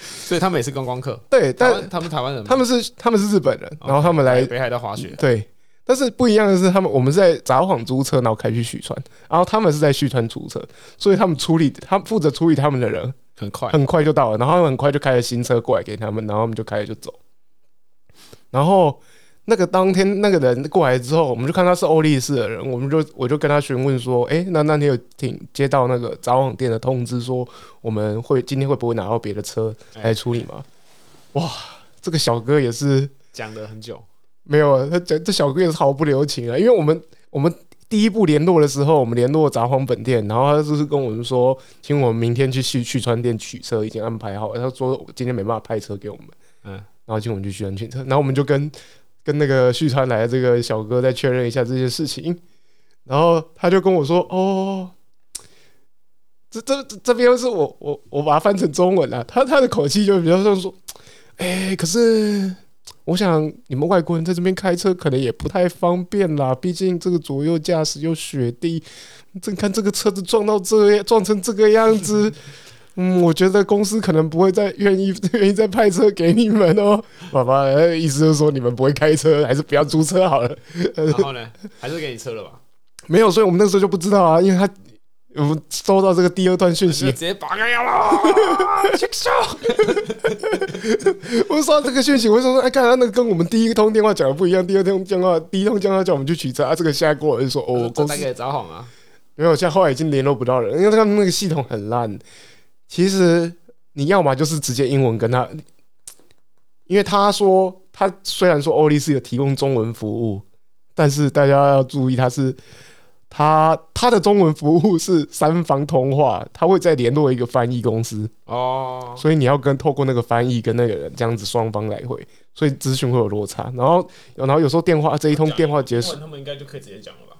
所以他们也是观光客，
对，
台
但
湾他们台湾人吗，哦
他们是他们是日本人，然后他们来
北海道滑雪。
对，但是不一样的是，他们我们是在札幌租车，然后开去旭川，然后他们是在旭川租车，所以他们处理他负责处理他们的人
很快，
很快就到了，然后他们很快就开了新车过来给他们，然后他们就开着就走。然后那个当天那个人过来之后，我们就看他是欧力士的人，我们就我就跟他询问说，诶，那那天有挺接到那个札幌店的通知说我们会今天会不会拿到别的车来处理吗？哇，这个小哥也是
讲了很久，
没有啊，他讲这小哥也是毫不留情啊，因为我们我们第一步联络的时候，我们联络札幌本店，然后他就是跟我们说，请我们明天去旭旭川店取车，已经安排好了。他说今天没办法派车给我们，
嗯
嗯，然后请我们去旭川取车，然后我们就跟跟那个旭川来的这个小哥再确认一下这些事情，然后他就跟我说，哦。这这这这边是我我我把它翻成中文了、啊他他的口气就比较像说，哎、可是我想你们外国人在这边开车可能也不太方便啦，毕竟这个左右驾驶有雪地，这看这个车子撞到这样，撞成这个样子， 嗯，我觉得公司可能不会再愿意 愿意再派车给你们哦。爸爸呃意思就是说你们不会开车，还是不要租车好了。
然后呢，还是给你车了吧？
没有，所以我们那时候就不知道啊，因为他我们收到这个第二段讯
你
息
直，接拔个牙了，去手！
我收到这个讯息，我就想说，哎，看他那个跟我们第一通电话讲的不一样，第二通电话第一通电话叫我们去取车，啊，这个现在过来就说哦，
这
公
大
司
概札幌啊，
没有，现在后来已经联络不到人，因为他们那个系统很烂。其实你要么就是直接英文跟他，因为他说他虽然说欧哦力士有提供中文服务，但是大家要注意，他是他他的中文服务是三方通话，他会再联络一个翻译公司，
哦，
所以你要跟透过那个翻译跟那个人这样子双方来回，所以资讯会有落差。然后然后有时候电话这一通电话结束，
他们应该就可以直接讲了吧？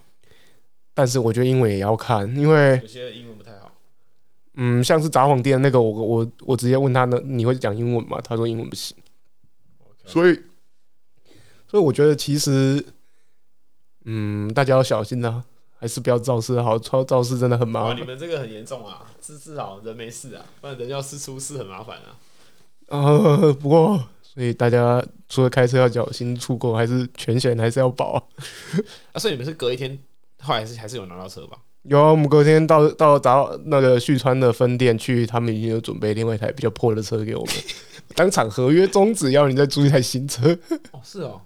但是我觉得英文也要看，因为。
有些英文不太好，
嗯，像是札幌店那个我，我我直接问他呢，你会讲英文吗？他说英文不行，所以所以我觉得其实，嗯，大家要小心啊，还是不要肇事好，肇肇事真的很麻
哇，
烦
哦你。们这个很严重啊！至至少人没事啊，不然人要是出事很麻烦啊。
呃，不过所以大家除了开车要小心，出国还是全险还是要保啊、
啊，所以你们是隔一天，后来还是还是有拿到车吧？
有啊，我们隔天到到砸那个旭川的分店去，他们已经有准备另外一台比较破的车给我 们，当场合约终止，要你再租一台新车。
哦，是哦，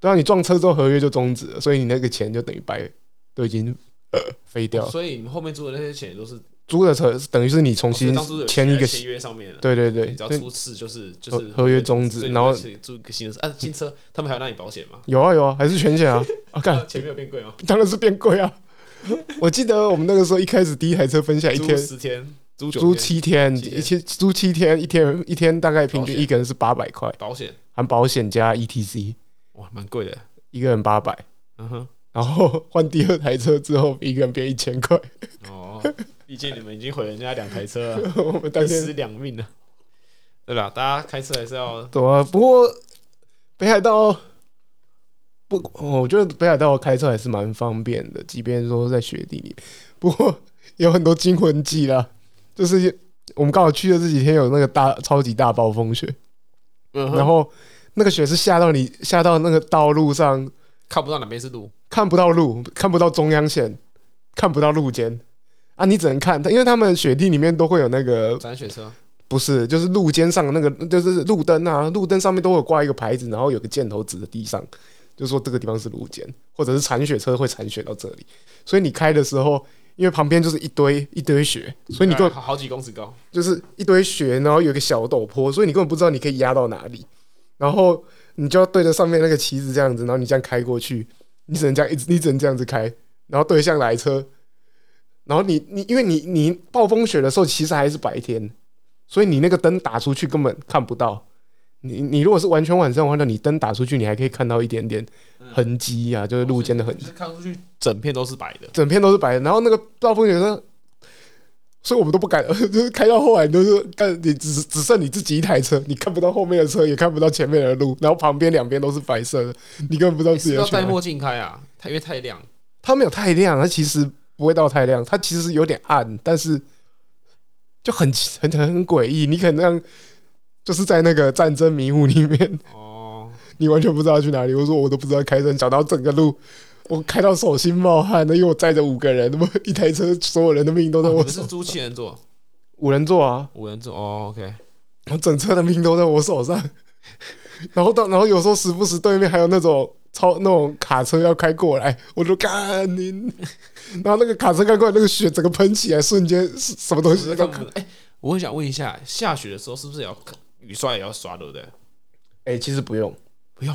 对啊，你撞车之后合约就终止了，所以你那个钱就等于白，都已经、呃、飞掉了。
所以你们后面租的那些钱也都是
租的车等于是你重
哦所以
新
当初有
签一个
签约上面的，
对对
你
对
只要
对
出事就是就是
合合约终止
所以你
然后
要去租一个新的车啊，新车他们还要让你保险吗？
有啊有啊，还是全险啊！啊，
啊
干，
钱没有变贵吗？
当然是变贵啊！我记得我们那个时候一开始第一台车分下一
租
天
十天，租九
租
天，
七天，
七天
一天租七天，一天一天大概平
保
均
险
一个人是八百块，
保险
含保险加 ETC，
哇，蛮贵的。
一个人八百。
嗯哼，
然后换第二台车之后，一个人变一千块。
哦，毕竟你们已经毁人家两台车了，
我们 当
一
天
尸两命了。对啦，大家开车还是要
对啊，不过北海道不，哦我觉得北海道开车还是蛮方便的，即便说在雪地里。不过有很多惊魂记啦，就是我们刚好去的这几天有那个大超级大暴风雪，
嗯哼
然后那个雪是下到你下到那个道路上
看不到哪边是路，
看不到路，看不到中央线，看不到路肩。啊，你只能看，因为他们雪地里面都会有那个
咱雪车
不是，就是路肩上的那个，就是路灯啊，路灯上面都有挂一个牌子，然后有个箭头指着地上，就说这个地方是路肩，或者是铲雪车会铲雪到这里。所以你开的时候，因为旁边就是一堆一堆雪，所以你根
大
本
概好好几公尺高，
就是一堆雪，然后有一个小陡坡，所以你根本不知道你可以压到哪里，然后你就要对着上面那个旗子这样子，然后你这样开过去，你只能这样一直，你只能这样子开，然后对向来车，然后你你因为你你暴风雪的时候其实还是白天，所以你那个灯打出去根本看不到。你你如果是完全晚上的话，那你灯打出去，你还可以看到一点点痕迹啊，就是路肩的痕迹
就。是看出去整片都是白的。
整片都是白的，然后那个暴风雪车，所以我们都不敢， 就是开到后来你都是干，你只只剩你自己一台车，你看不到后面的车，也看不到前面的路，然后旁边两边都是白色的，你根本不知道自
是
己
不
要
是
去
要戴
哪。
墨镜开啊，太因为太亮。
它没有太亮，它其实不会到太亮，它其实有点暗，但是就很奇很很很诡异，你可能让就是在那个战争迷雾里面，
哦，
你完全不知道去哪里。我说我都不知道开山，讲到整个路。我开到手心冒汗的，因为我载着五个人，那么一台车所有人的命都在
你
我
们
手
是租七人座，
五人座啊，
五人座哦，OK。
我整车的命都在我手上。 然后到，然后有时候时不时对面还有那种超那种卡车要开过来，我就干你。然后那个卡车开过来，那个雪整个喷起来，瞬间是什么东西都
看不哎，我很想问一下，下雪的时候是不是也要雨刷也要刷，对不对？
哎、其实不用，
不用，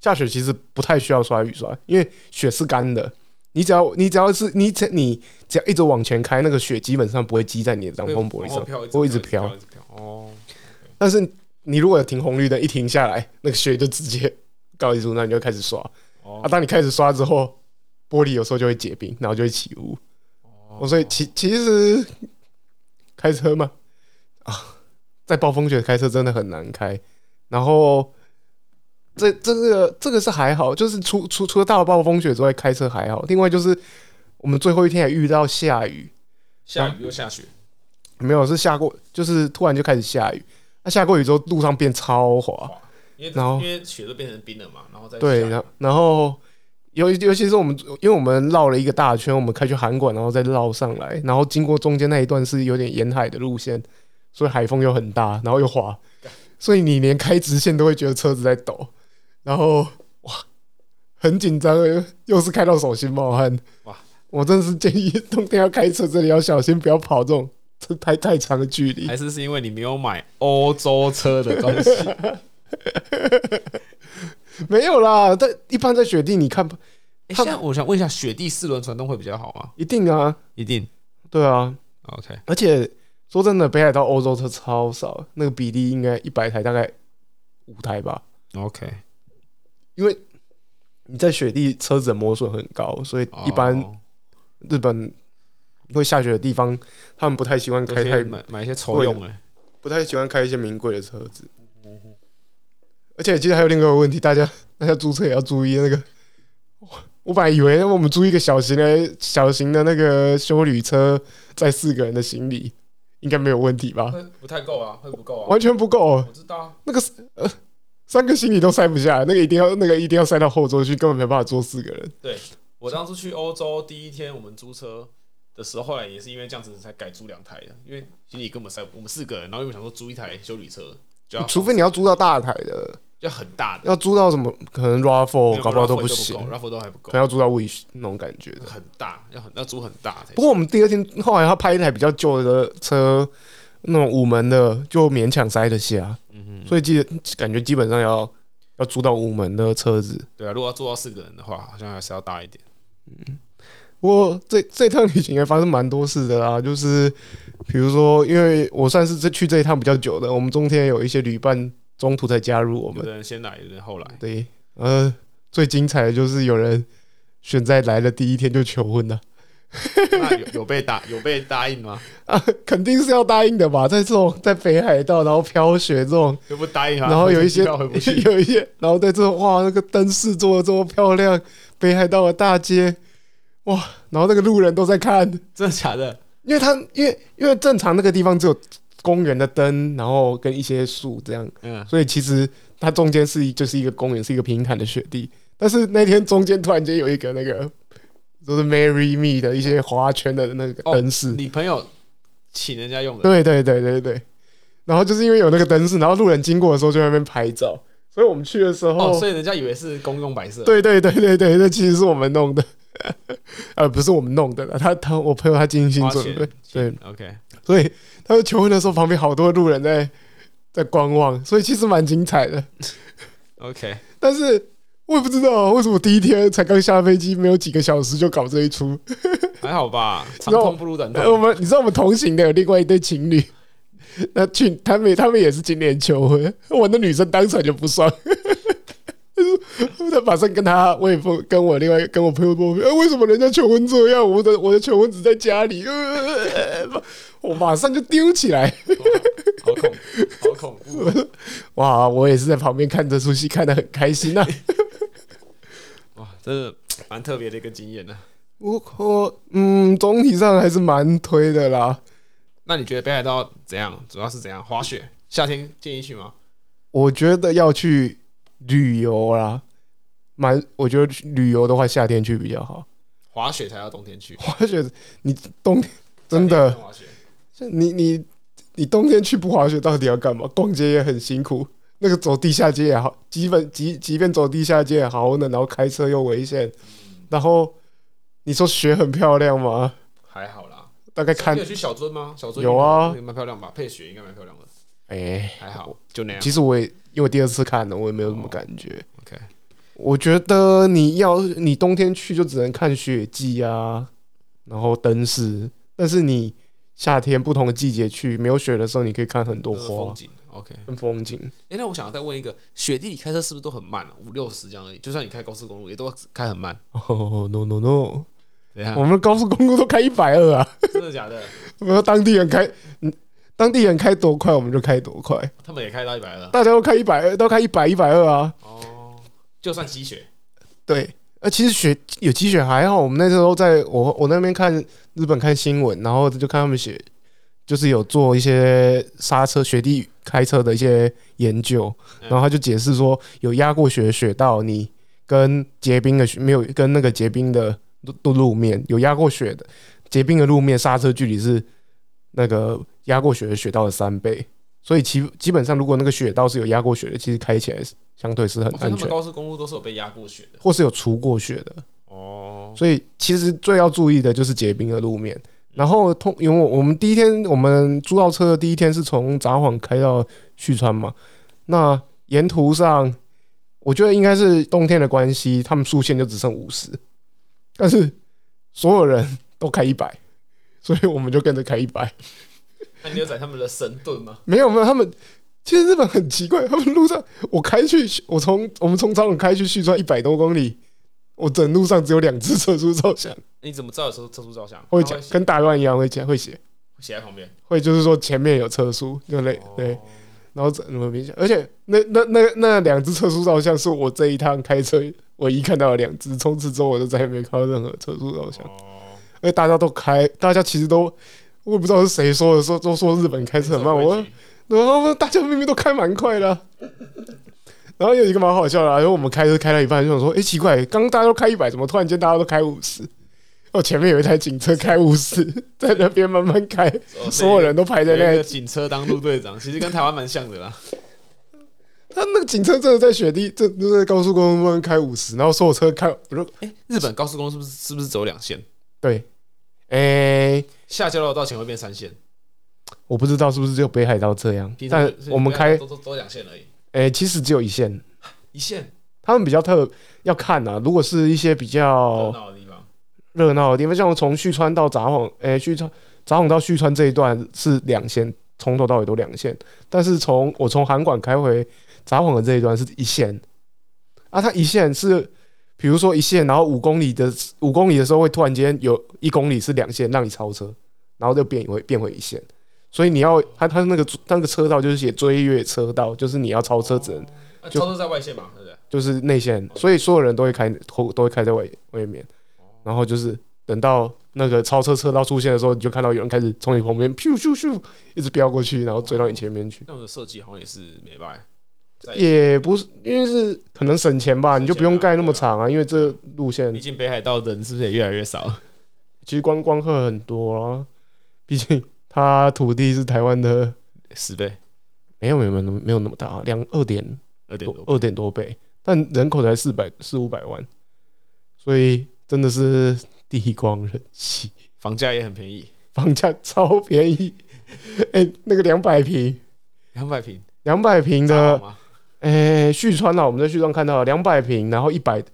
下雪其实不太需要刷雨刷，因为雪是干的。你只要你只要是你只你只要一直往前开，那个雪基本上不会积在你的挡风玻璃上，
上
会一直
飘，
飘
一直飘。哦，
但是你如果有停红绿灯，一停下来，那个雪就直接高一度，那你就开始刷。啊，
哦，
当你开始刷之后，玻璃有时候就会结冰，然后就会起雾。哦，所以其其实开车嘛，啊，在暴风雪开车真的很难开。然后这这个这个是还好，就是除除除了大暴风雪之外，开车还好。另外就是我们最后一天也遇到下雨，
下雨又下雪，
没有是下过，就是突然就开始下雨。那、下过雨之后，路上变超滑，
因为
然后
因为雪都变成冰了嘛，然后再
对，
下雨
然后然后尤尤其是我们，因为我们绕了一个大圈，我们开去韩馆，然后再绕上来，然后经过中间那一段是有点沿海的路线，所以海风又很大，然后又滑，所以你连开直线都会觉得车子在抖，然后哇，很紧张，又是开到手心冒汗，
哇！
我真的是建议冬天要开车，这里要小心，不要跑这种这太太长的距离。
还是是因为你没有买欧洲车的东 西，
没有啦，但一般在雪地，你看
欸、
他
现在我想问一下，雪地四轮传动会比较好吗？
一定啊，
一定
对啊，
，OK，
而且说真的，北海道欧洲车超少，那个比例应该一百台大概五台吧。
OK，
因为你在雪地车子的磨损很高，所以一般
哦
日本会下雪的地方，他们不太喜欢
都
开
可以
太
买买一些抽用哎，
不太喜欢开一些名贵的车子。而且其实还有另外一个问题，大家 大家租车也要注意那个。我本来以为我们租一个小型的、小型的那个修旅车，载四个人的行李，应该没有问题吧？
会不太够啊，会不够啊，
完全不够、哦
我知道啊，
那个呃，三个行李都塞不下来，那个一定要那个一定要塞到后座去，根本没办法坐四个人。
我当初去欧洲第一天，我们租车的时候，后来也是因为这样子才改租两台的，因为行李根本塞不，我们四个人，然后又想说租一台修理车，就要
除非你要租到大台的，
要很大的，
要租到什么可能 RAV4 哦搞不好都不行，
r a f 都还不够
可，能要租到 Wish 那种感觉的。
很大，要很要租很大才
不。过我们第二天后来他拍一台比较旧的车，那种五门的就勉强塞得下，
嗯哼，
所以基感觉基本上要要租到五门的车子。
对啊，如果要做到四个人的话，好像还是要大一点。
不过这这趟旅行也发生蛮多事的啦，就是比如说，因为我算是这去这一趟比较久的，我们中间有一些旅伴中途才加入我
有
们。
的人先来，有的人后来，
对，呃，最精彩的就是有人选在来的第一天就求婚了
那有有被 答有被答应吗？
啊，肯定是要答应的吧？在这种在北海道然后飘雪这种，
又不答应他，
然后有一些
回 不去
有一些，然后在这种哇，那个灯饰做的这么漂亮，北海道的大街，哇，然后那个路人都在看。
真的假的？
因为它因为因为正常那个地方只有公园的灯，然后跟一些树这样，
嗯，
所以其实它中间是一就是一个公园，是一个平坦的雪地。但是那天中间突然间有一个那个就是 “marry me” 的一些花圈的那个灯饰，
哦你朋友请人家用的，
对对对对对。然后就是因为有那个灯饰，然后路人经过的时候就在那边拍照，所以我们去的时候，
哦，所以人家以为是公用白色，，
对对对对对，那其实是我们弄的， 呃，不是我们弄的啦，他他我朋友他精心
花
准备
钱，
对，
，OK，
所以他们求婚的时候，旁边好多路人在在观望，所以其实蛮精彩的。
OK，
但是我也不知道啊为什么第一天才刚下飞机，没有几个小时就搞这一出。
还好吧，长
然后
痛不如短
呃我
痛。
们你知道我们同行的有另外一对情侣， 那去他们他们也是今年求婚，我那女生当场就不爽。 他马上跟他我也不跟我另外跟我朋友说，呃，为什么人家求婚这样？我的我的求婚只在家里，呃， 我马上就丢起来。
好恐，好恐怖！
哇，我也是在旁边看这出戏，看得很开心啊。
哇，真的蛮特别的一个经验啊呢。
我我嗯，总体上还是蛮推的啦。
那你觉得北海道怎样？主要是怎样？滑雪，夏天建议去吗？
我觉得要去旅游啦，蛮我觉得旅游的话，夏天去比较好。
滑雪才要冬天去，
滑雪，你冬真的
夏天不能滑雪
你你你冬天去不滑雪到底要干嘛？逛街也很辛苦，那个走地下街也好，基本即即便走地下街也好冷，然后开车又危险，然后你说雪很漂亮吗？
还好啦。
大概看
你有去小樽吗？小樽
有啊
蛮漂亮吧？配雪应该蛮漂亮的，
哎、
还好，就那样
其。实我也因为我第二次看的，我也没有什么感觉。
OK，
我觉得你要你冬天去就只能看雪季啊，然后灯饰，但是你夏天不同的季节去，没有雪的时候，你可以看很多
呃风
花
景。OK，
跟风景。
哎、那我想要再问一个，雪地里开车是不是都很慢、啊？五六十这样而已，就算你开高速公路也都开很慢。
哦、no no no，
等一下
我，们高速公路都开一百二啊，
真的假的？
我们当地人开，嗯，当地人开多快我们就开多快，
他们也开到一百二。
大家都开一百二，都开一百一百二啊。
哦，就算积雪，
对，呃，其实雪有积雪还好，我们那时候在我我那边看日本看新闻，然后就看他们写，就是有做一些刹车雪地开车的一些研究，然后他就解释说，有压过雪的雪道，你跟结冰的雪没有跟那个结冰的路路路面有压过雪的结冰的路面刹车距离是那个压过雪的雪道的三倍。所以其基本上，如果那个雪道是有压过雪的，其实开起来是相对是很
哦所以
安
他
全
们，高速公路都是有被压过雪的。
或是有除过雪的。
哦，
所以其实最要注意的就是结冰的路面。然后通，因为我我们第一天我们租到车的第一天是从札幌开到旭川嘛，那沿途上我觉得应该是冬天的关系，他们速限就只剩五十，但是所有人都开一百，所以我们就跟着开一百。
那你有在他们的神盾吗？
没有没有，他们其实日本很奇怪，他们路上我开去，我从我们从札幌开去旭川一百多公里，我整路上只有两只车速照相。
你怎么知道有车车速照相？
会
他
讲
写
跟大乱一样会讲会写，
写在旁边。
会就是说前面有车速，就类
哦
对，，然后怎么明显，而且那那那那两只车速照相是我这一趟开车唯一看到的两只，从此之后我就再也没看到任何车速照相，
哦，
而且大家都开，大家其实都我也不知道是谁说的，说都说日本开车很慢，
这
我
种规矩
然后大家明明都开蛮快的啊、然后有一个蛮好笑的、啊，然后我们开车开到一半就想说，哎、奇怪，刚刚大家都开一百，怎么突然间大家都开五十？哦，前面有一台警车开五十， 在那边慢慢开，
哦
所有人都排在
对有
那
一
里
个。警车当路队长，其实跟台湾蛮像的啦。
他那个警车真的在雪地，真的在高速公路慢慢开五十，然后所有车开，我就
哎、日本高速公路是不是是不是走两线？
对，哎、
下交流道前会变三线，
我不知道是不是只有北海道这样
平，常
但
就是
我们开，
都都都两线而已，
哎、其实只有一线，
一线
他们比较特要看啊，如果是一些比较
热闹的地方。
热闹的地方，像从旭川到札幌，诶、旭川札幌到旭川这一段是两线，从头到尾都两线。但是从我从函馆开回札幌的这一段是一线，啊，它一线是比如说一线，然后五公里的五公里的时候会突然间有一公里是两线让你超车，然后就变回变回一线。所以你要它它那个那个车道就是写追越车道，就是你要超车只能
啊
就
超车在外线嘛，对不对？
就是内线，所以所有人都会开都都会开在外外面，然后就是等到那个超车车道出现的时候，你就看到有人开始从你旁边咻咻咻一直飙过去，然后追到你前面去。
那我的设计好像也是没败。在
也不是，因为是可能哎省钱吧，你就不用盖那么长啊，因为这路线
毕竟北海道人是不是也越来越少？
其实观光客很多啊，毕竟它土地是台湾的，
十倍，
没有没有没有那么没有那么大，啊两二点
二点
多
多。
二点多倍，但人口才四百四五百万，所以真的是地广人稀。
房价也很便宜，
房价超便宜， 哎、那个两百平，
两百平。
两百平
札
的
幌，吗？
哎、旭川啊，我们在旭川看到两百平，然后一百，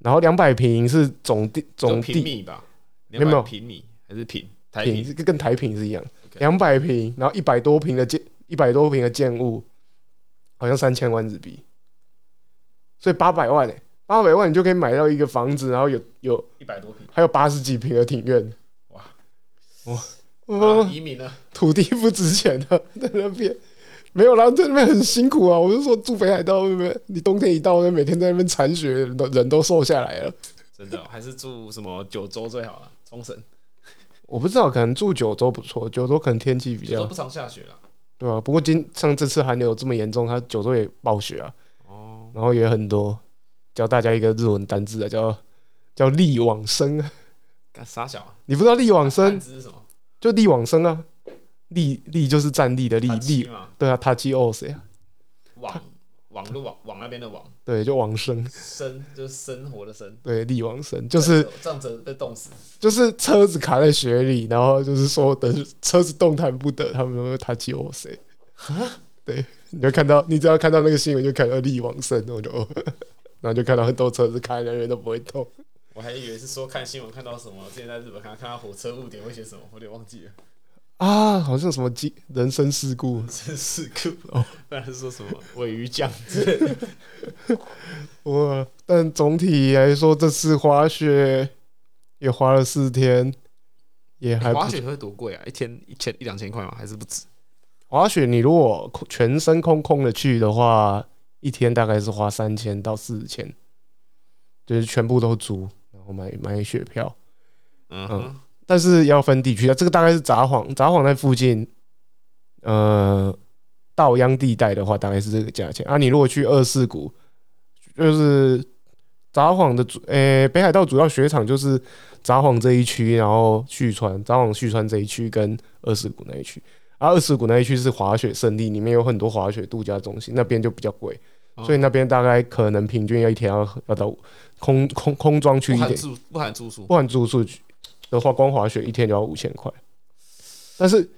然后两百平是总地
就
总
平
地
米吧？
没有没有
200平米还是平？台
平，
平
跟跟台平是一样，
OK
两百平，然后一百多平的建，一百多平的建物，好像三千万日币，所以八百万哎、八百万你就可以买到一个房子，然后有有
一百多平。
还有八十几平的庭院，
哇
哇哇！
啊移民呢？
土地不值钱的，在那边没有啦，在那边很辛苦啊。我就说住北海道那边，你冬天一到，那每天在那边铲雪，人都人都瘦下来了。
真的哦 还是住什么九州最好了？冲绳
我不知道，可能住九州不错，九州可能天气比
九州
较
不常下雪了。
对吧、不过今像这次寒流这么严重，它九州也暴雪啊，
哦，
然后也很多。教大家一个日文单字啊，叫叫力往生啊，
干傻小啊，
你不知道力往
三
生
只是什么？
就力往生啊，力力就是站立的力
三
力
只，嘛，
对啊，他基奥谁啊？
网 网路网网那边的网，
对，就往生，
生就是生活的生，
对，力往生就是
这样子被冻死。
就是车子卡在雪里，然后就是说等车子动弹不得，他们说他救我谁？啊对，你就看到，你只要看到那个新闻，就看到力往生，我就哦 然后就看到很多车子开，人员都不会动。
我还以为是说看新闻看到什么，之前在日本看看到火车误点会写什么，我有点忘记了，
啊，好像什么机人身事故，
真是酷
哦！
不然是说什么尾鱼酱之类的。
哇！但总体来说，这次滑雪也滑了四天，也 还不
滑雪会多贵啊？一天一千一两千块吗？还是不止？
滑雪，你如果空全身空空的去的话，一天大概是花三千到四千，就是全部都租，然后买买雪票。
嗯
嗯
哼，
但是要分地区啊，这个大概是札幌，札幌在附近，呃，稻央地带的话，大概是这个价钱啊。你如果去二世谷，就是札幌的主，呃、北海道主要雪场就是札幌这一区，然后旭川，札幌旭川这一区跟二世谷那一区。啊，二世谷那一区是滑雪胜地，里面有很多滑雪度假中心，那边就比较贵，
哦
所以那边大概可能平均要一天要要到空空空装区
不
一点
含住不含住宿
不含住宿的话，光滑雪一天就要五千块，但是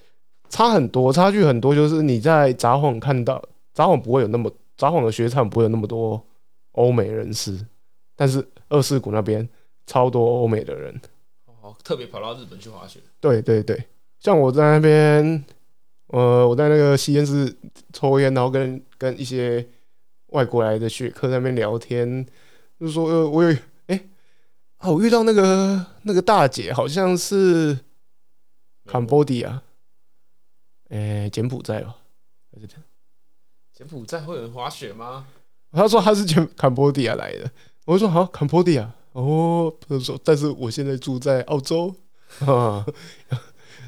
差很多，差距很多。就是你在札幌看到，札幌不会有那么札幌的雪场不会有那么多欧美人士，但是二世谷那边超多欧美的人。
哦，特别跑到日本去滑雪。
对对对，像我在那边，呃，我在那个吸烟室抽烟，然后跟跟一些外国来的学客在那边聊天，就说呃，我有哎、啊，我遇到那个那个大姐，好像是
美
Cambodia，哎、啊柬埔寨吧。
柬埔寨会有人滑雪吗？
他说他是柬柬埔寨来的，我就说啊好柬埔寨哦，他说但是我现在住在澳洲 啊，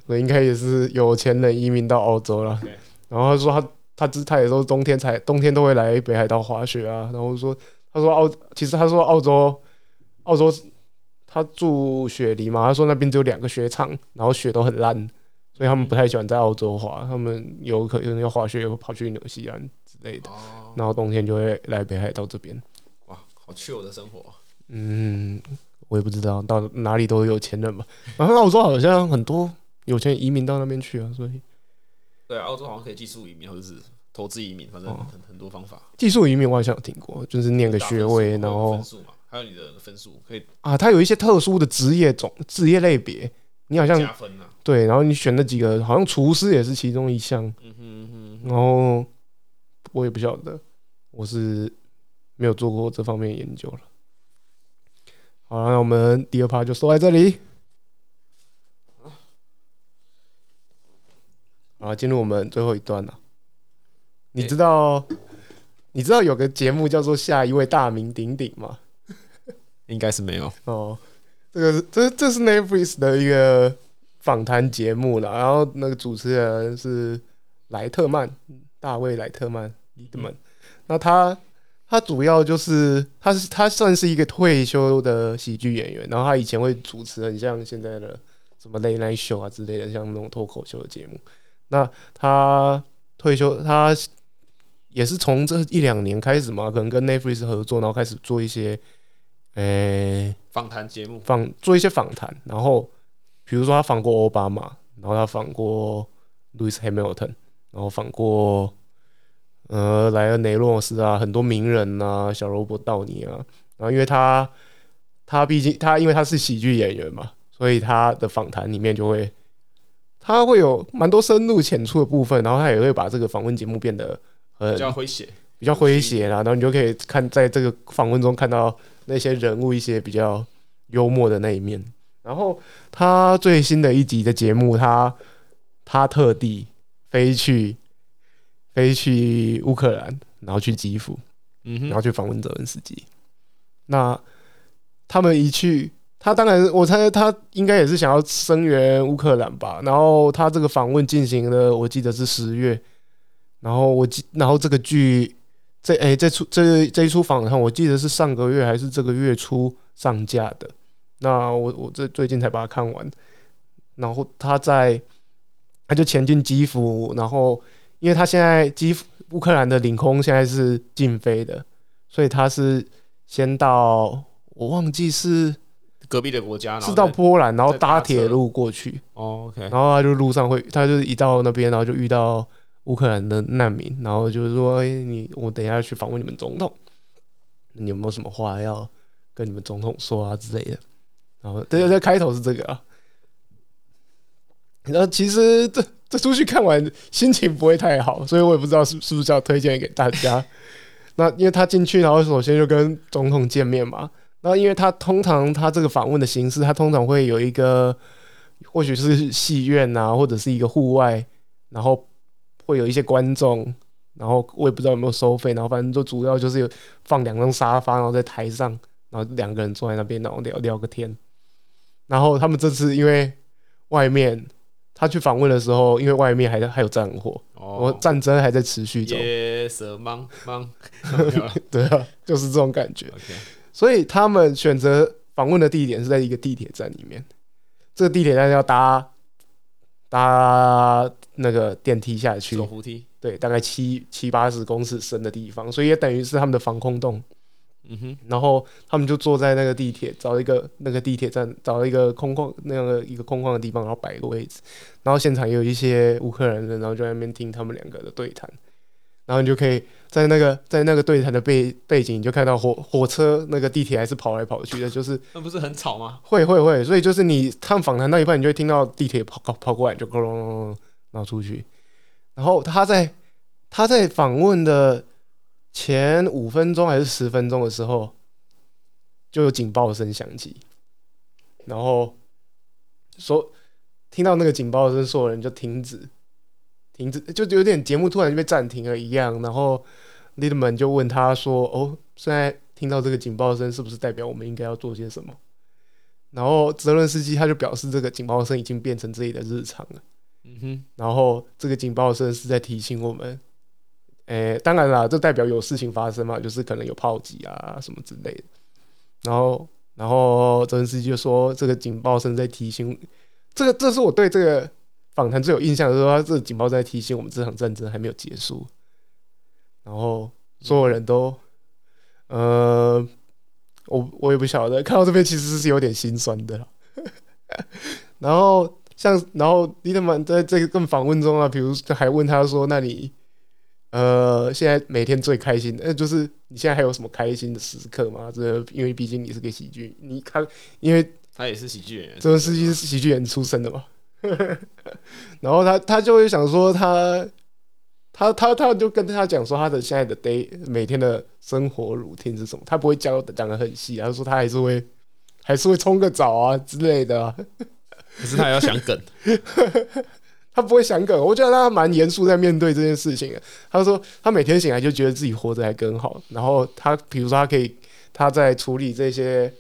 我应该也是有钱人移民到澳洲了
OK。
然后他说他他之他也说冬天才冬天都会来北海道滑雪啊，然后我说他说澳其实他说澳洲澳洲他住雪梨嘛，他说那边只有两个雪场，然后雪都很烂，所以他们不太喜欢在澳洲滑，他们有可能要滑雪又跑去纽西兰之类的。
哦，
然后冬天就会来北海道这边。
哇，好 chill 的生活。
嗯，我也不知道到哪里都有钱人 吧。然后澳洲好像很多有钱人移民到那边去啊，所以
对啊，澳洲好像可以技术移民，或者是投资移民，反正
哦
很很多方法。
技术移民我好像有听过，就是念个
打分
学
数
位，
或者
然后
分数嘛，还有你的分数可以
啊，它有一些特殊的职业种、职业类别，你好像
加分啊。
对，然后你选了几个，好像厨师也是其中一项，
嗯哼嗯哼，
然后我也不晓得，我是没有做过这方面研究了。好了，那我们第二趴就收在这里。好，进入我们最后一段了。你知道，你知道有个节目叫做《下一位大名鼎鼎》吗？
应该是没有。
哦，这个是这这是 Netflix 的一个访谈节目了，然后那个主持人是莱特曼，大卫莱特曼 Liedman，那他他主要就是他是他算是一个退休的喜剧演员，然后他以前会主持很像现在的什么 Late Night Show 啊之类的，像那种脱口秀的节目。那他退休，他也是从这一两年开始嘛，可能跟 Netflix 合作，然后开始做一些，诶、
访谈节目，
访做一些访谈，然后比如说他访过奥巴马，然后他访过 Louis Hamilton，然后访过呃莱恩雷诺斯啊，很多名人啊，小罗伯·道尼啊，然后因为他他毕竟他因为他是喜剧演员嘛，所以他的访谈里面就会他会有蛮多深入浅出的部分，然后他也会把这个访问节目变得很
比较诙谐。
比较诙谐啦，然后你就可以看在这个访问中看到那些人物一些比较幽默的那一面。然后他最新的一集的节目，他他特地飞去飞去乌克兰，然后去基辅，
嗯
然后，去访问泽连斯基。那他们一去，他当然，我猜他应该也是想要声援乌克兰吧。然后他这个访问进行了，我记得是十月。然后我记，然后这个剧，这哎、这出这这一出访谈，我记得是上个月还是这个月初上架的。那我我这最近才把它看完。然后他在，他就前进基辅，然后因为他现在基辅乌克兰的领空现在是禁飞的，所以他是先到我忘记是
隔壁的国家，然后
是到
再
波兰，然后
再搭
搭铁
车
路过去，
哦 OK，
然后他就路上会，他就是一到那边，然后就遇到乌克兰的难民，然后就是说，哎、你我等一下去访问你们总统，你有没有什么话要跟你们总统说啊之类的？然后，对对对，开头是这个啊。然后其实这这出去看完心情不会太好，所以我也不知道是是不是要推荐给大家。 那因为他进去，然后首先就跟总统见面嘛。那因为他通常他这个访问的形式，他通常会有一个或许是戏院啊，或者是一个户外，然后会有一些观众，然后我也不知道有没有收费，然后反正就主要就是有放两张沙发，然后在台上，然后两个人坐在那边，然后聊聊个天。然后他们这次因为外面他去访问的时候，因为外面还在还有战火，我
哦
战争还在持续中，
，yes man man，没有了
对啊，就是这种感觉。
，OK，
所以他们选择访问的地点是在一个地铁站里面，这个地铁站要搭搭那个电梯下去
走，扶梯，
对，大概七七八十公尺深的地方，所以也等于是他们的防空洞。
嗯哼，
然后他们就坐在那个地铁，找一个那个地铁站，找一个空旷那个一个空旷的地方，然后摆一个位置。然后现场也有一些乌克兰人，然后就在那边听他们两个的对谈。然后你就可以在那个在那个对谈的背背景，你就看到火火车那个地铁还是跑来跑去的，就是
那不是很吵吗？
会会会，所以就是你看访谈到一半，你就会听到地铁跑跑跑过来，就咕隆隆隆，然后出去。然后他在他在访问的前五分钟还是十分钟的时候，就有警报声响起，然后所听到那个警报声，所有人就停止，停止，就有点节目突然就被暂停了一样。然后 Lidman 就问他说：“哦，现在听到这个警报声，是不是代表我们应该要做些什么？”然后泽伦斯基他就表示，这个警报声已经变成自己的日常了。
嗯哼，
然后这个警报声是在提醒我们，诶，当然啦，这代表有事情发生嘛，就是可能有炮击啊什么之类的。然后，然后泽伦斯基就说，这个警报声在提醒，这个这是我对这个访谈最有印象的，就是说他这个警报在提醒我们这场战争还没有结束。然后所有人都，呃，我我也不晓得，看到这边其实是有点心酸的啦。 然后像，然后李德曼在这个跟访问中啊，比如就还问他说：“那你呃，现在每天最开心的，呃，就是你现在还有什么开心的时刻吗？”这因为毕竟你是个喜剧，你看，因为
他也是喜剧演员，
泽文斯基是喜剧演员出身的嘛， 然后他他就会想说他他他他就跟他讲说他的现在的 day 每天的生活 routine 是什么，他不会教讲的很细，啊他说他还是会还是会冲个澡啊之类的啊、
可是他也要想 梗，
他不会想梗，我觉得他蛮严肃在面对这件事情的。他说他每天醒来就觉得自己活着还更好，然后他比如说他可以他在处理这些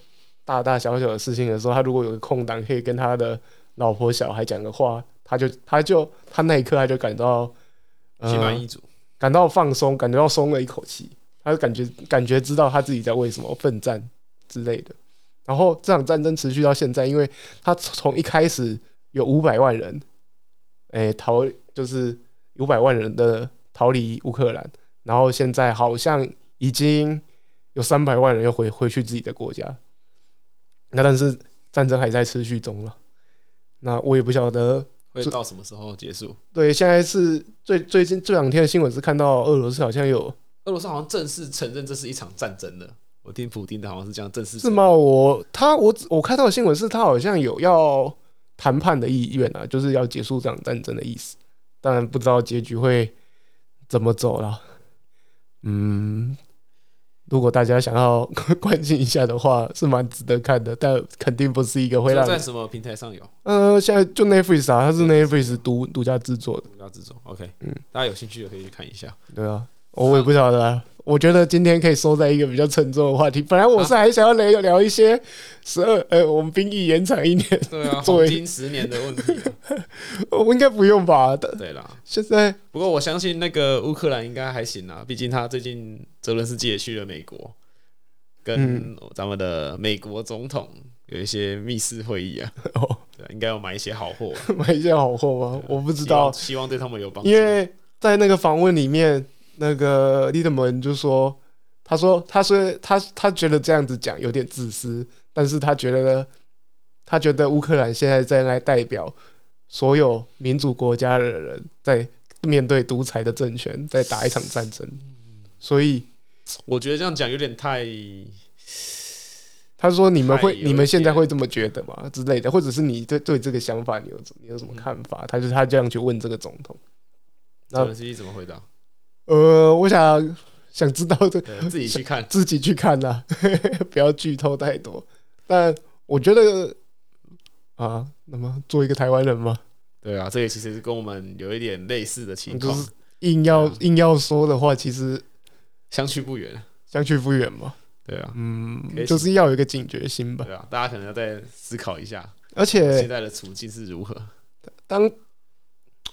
大大小小的事情的时候，他如果有个空档可以跟他的老婆小孩讲个话，他就他就他那一刻他就感到呃
心满意足，
感到放松，感觉到松了一口气，他就感觉感觉知道他自己在为什么奋战之类的。然后这场战争持续到现在，因为他从一开始有五百万人，诶、逃就是五百万人的逃离乌克兰，然后现在好像已经有三百万人又回回去自己的国家。那但是战争还在持续中了，那我也不晓得
会到什么时候结束？
对，现在是最最近这两天的新闻是看到俄罗斯好像有
俄罗斯好像正式承认这是一场战争了。我听普丁的好像是这样正式
是吗？我他我我看到的新闻是他好像有要谈判的意愿啊，就是要结束这场战争的意思。当然不知道结局会怎么走了。 嗯，如果大家想要关心一下的话，是蛮值得看的，但肯定不是一个会
就
让
在什么平台上有？
呃，现在就 Netflix 啊，它是 Netflix 独独家制作的。
独家制作，OK，大
嗯
家有兴趣的可以去看一下。
对啊，我也不晓得、啊。我觉得今天可以收在一个比较沉重的话题。本来我是还想要聊聊一些十二，呃，我们兵役延长一年，
对啊，
作
黄
为
金十年的问题 啊。
我应该不用吧？但
对啦，
现在
不过我相信那个乌克兰应该还行啦，毕竟他最近泽伦斯基也去了美国，跟
嗯
咱们的美国总统有一些密室会议啊，
哦，
对啊，应该要买一些好 货啊，
买一些好货吗？我不知
希望
道，
希望对他们有帮助。
因为在那个访问里面，那个利德门就说，他说他说他他觉得这样子讲有点自私，但是他觉得他觉得乌克兰现在在来代表所有民主国家的人在面对独裁的政权在打一场战争，所以
我觉得这样讲有点太
他说：“你们会
太，有
你们现在会这么觉得吗？之类的，或者是你对对这个想法，你有你有什么看法？”他就是他这样去问这个总统。那
这个是怎么回答？
呃，我想想知道这。
对自己去看
自己去看啦、 不要剧透太多。但我觉得啊，那么做一个台湾人嘛，
对啊，这个其实跟我们有一点类似的情
就
况，
是硬要
嗯
硬要说的话，其实
相去不远。
相去不远嘛。
对啊，
嗯
可以，
就是要有一个警觉心吧。
对啊，大家可能要再思考一下
而且
现在的处境是如何。
当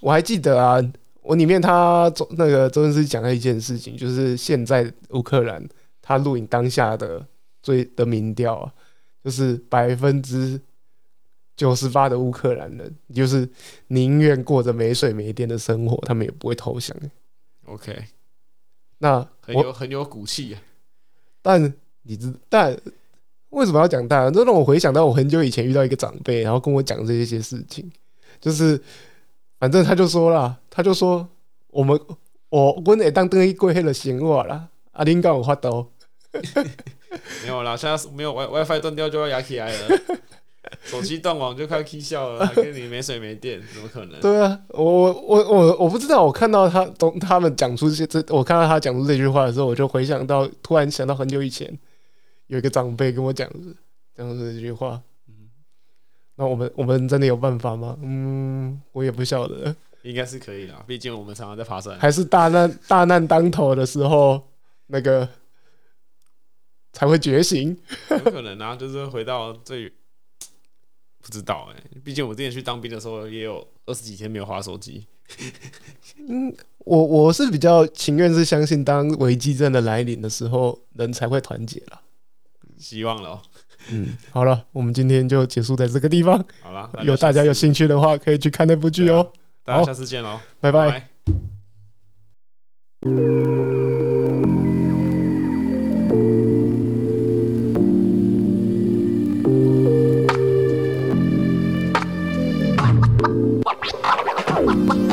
我还记得啊，我里面他周那个周星驰讲了一件事情，就是现在乌克兰他录影当下的最的民调啊，就是百分之九十八的乌克兰人，就是宁愿过着没水没电的生活，他们也不会投降。
OK，
那
很
我
有很有骨气啊。
但你知但为什么要讲大人？这让我回想到我很久以前遇到一个长辈，然后跟我讲这些事情，就是反正他就说啦，他就说我们我我也当等于过黑了闲话啦，啊，恁敢有法度？
没有啦，现在是没有 Wi WiFi 断掉就要牙起来了， 手机断网就快 K 笑了，还跟你没水没电，怎么可能？
对啊，我我我我我不知道，我看到他从他们讲出这些这，我看到他讲出这句话的时候，我就回想到，突然想到很久以前有一个长辈跟我讲讲出这句话，嗯，那我们我们真的有办法吗？嗯，我也不晓得。
应该是可以啦，毕竟我们常常在爬山。
还是大难大难当头的时候，那个才会觉醒。
有可能啊，就是回到最不知道哎、毕竟我之前去当兵的时候也有二十几天没有划手机。
我我是比较情愿是相信，当危机真的来临的时候，人才会团结了。
希望了哦、
嗯，好了，我们今天就结束在这个地方。
好啦，那就
有大家有
下次
兴趣的话，可以去看那部剧哦。
大家下次见喽，
拜拜。
拜。
Wow.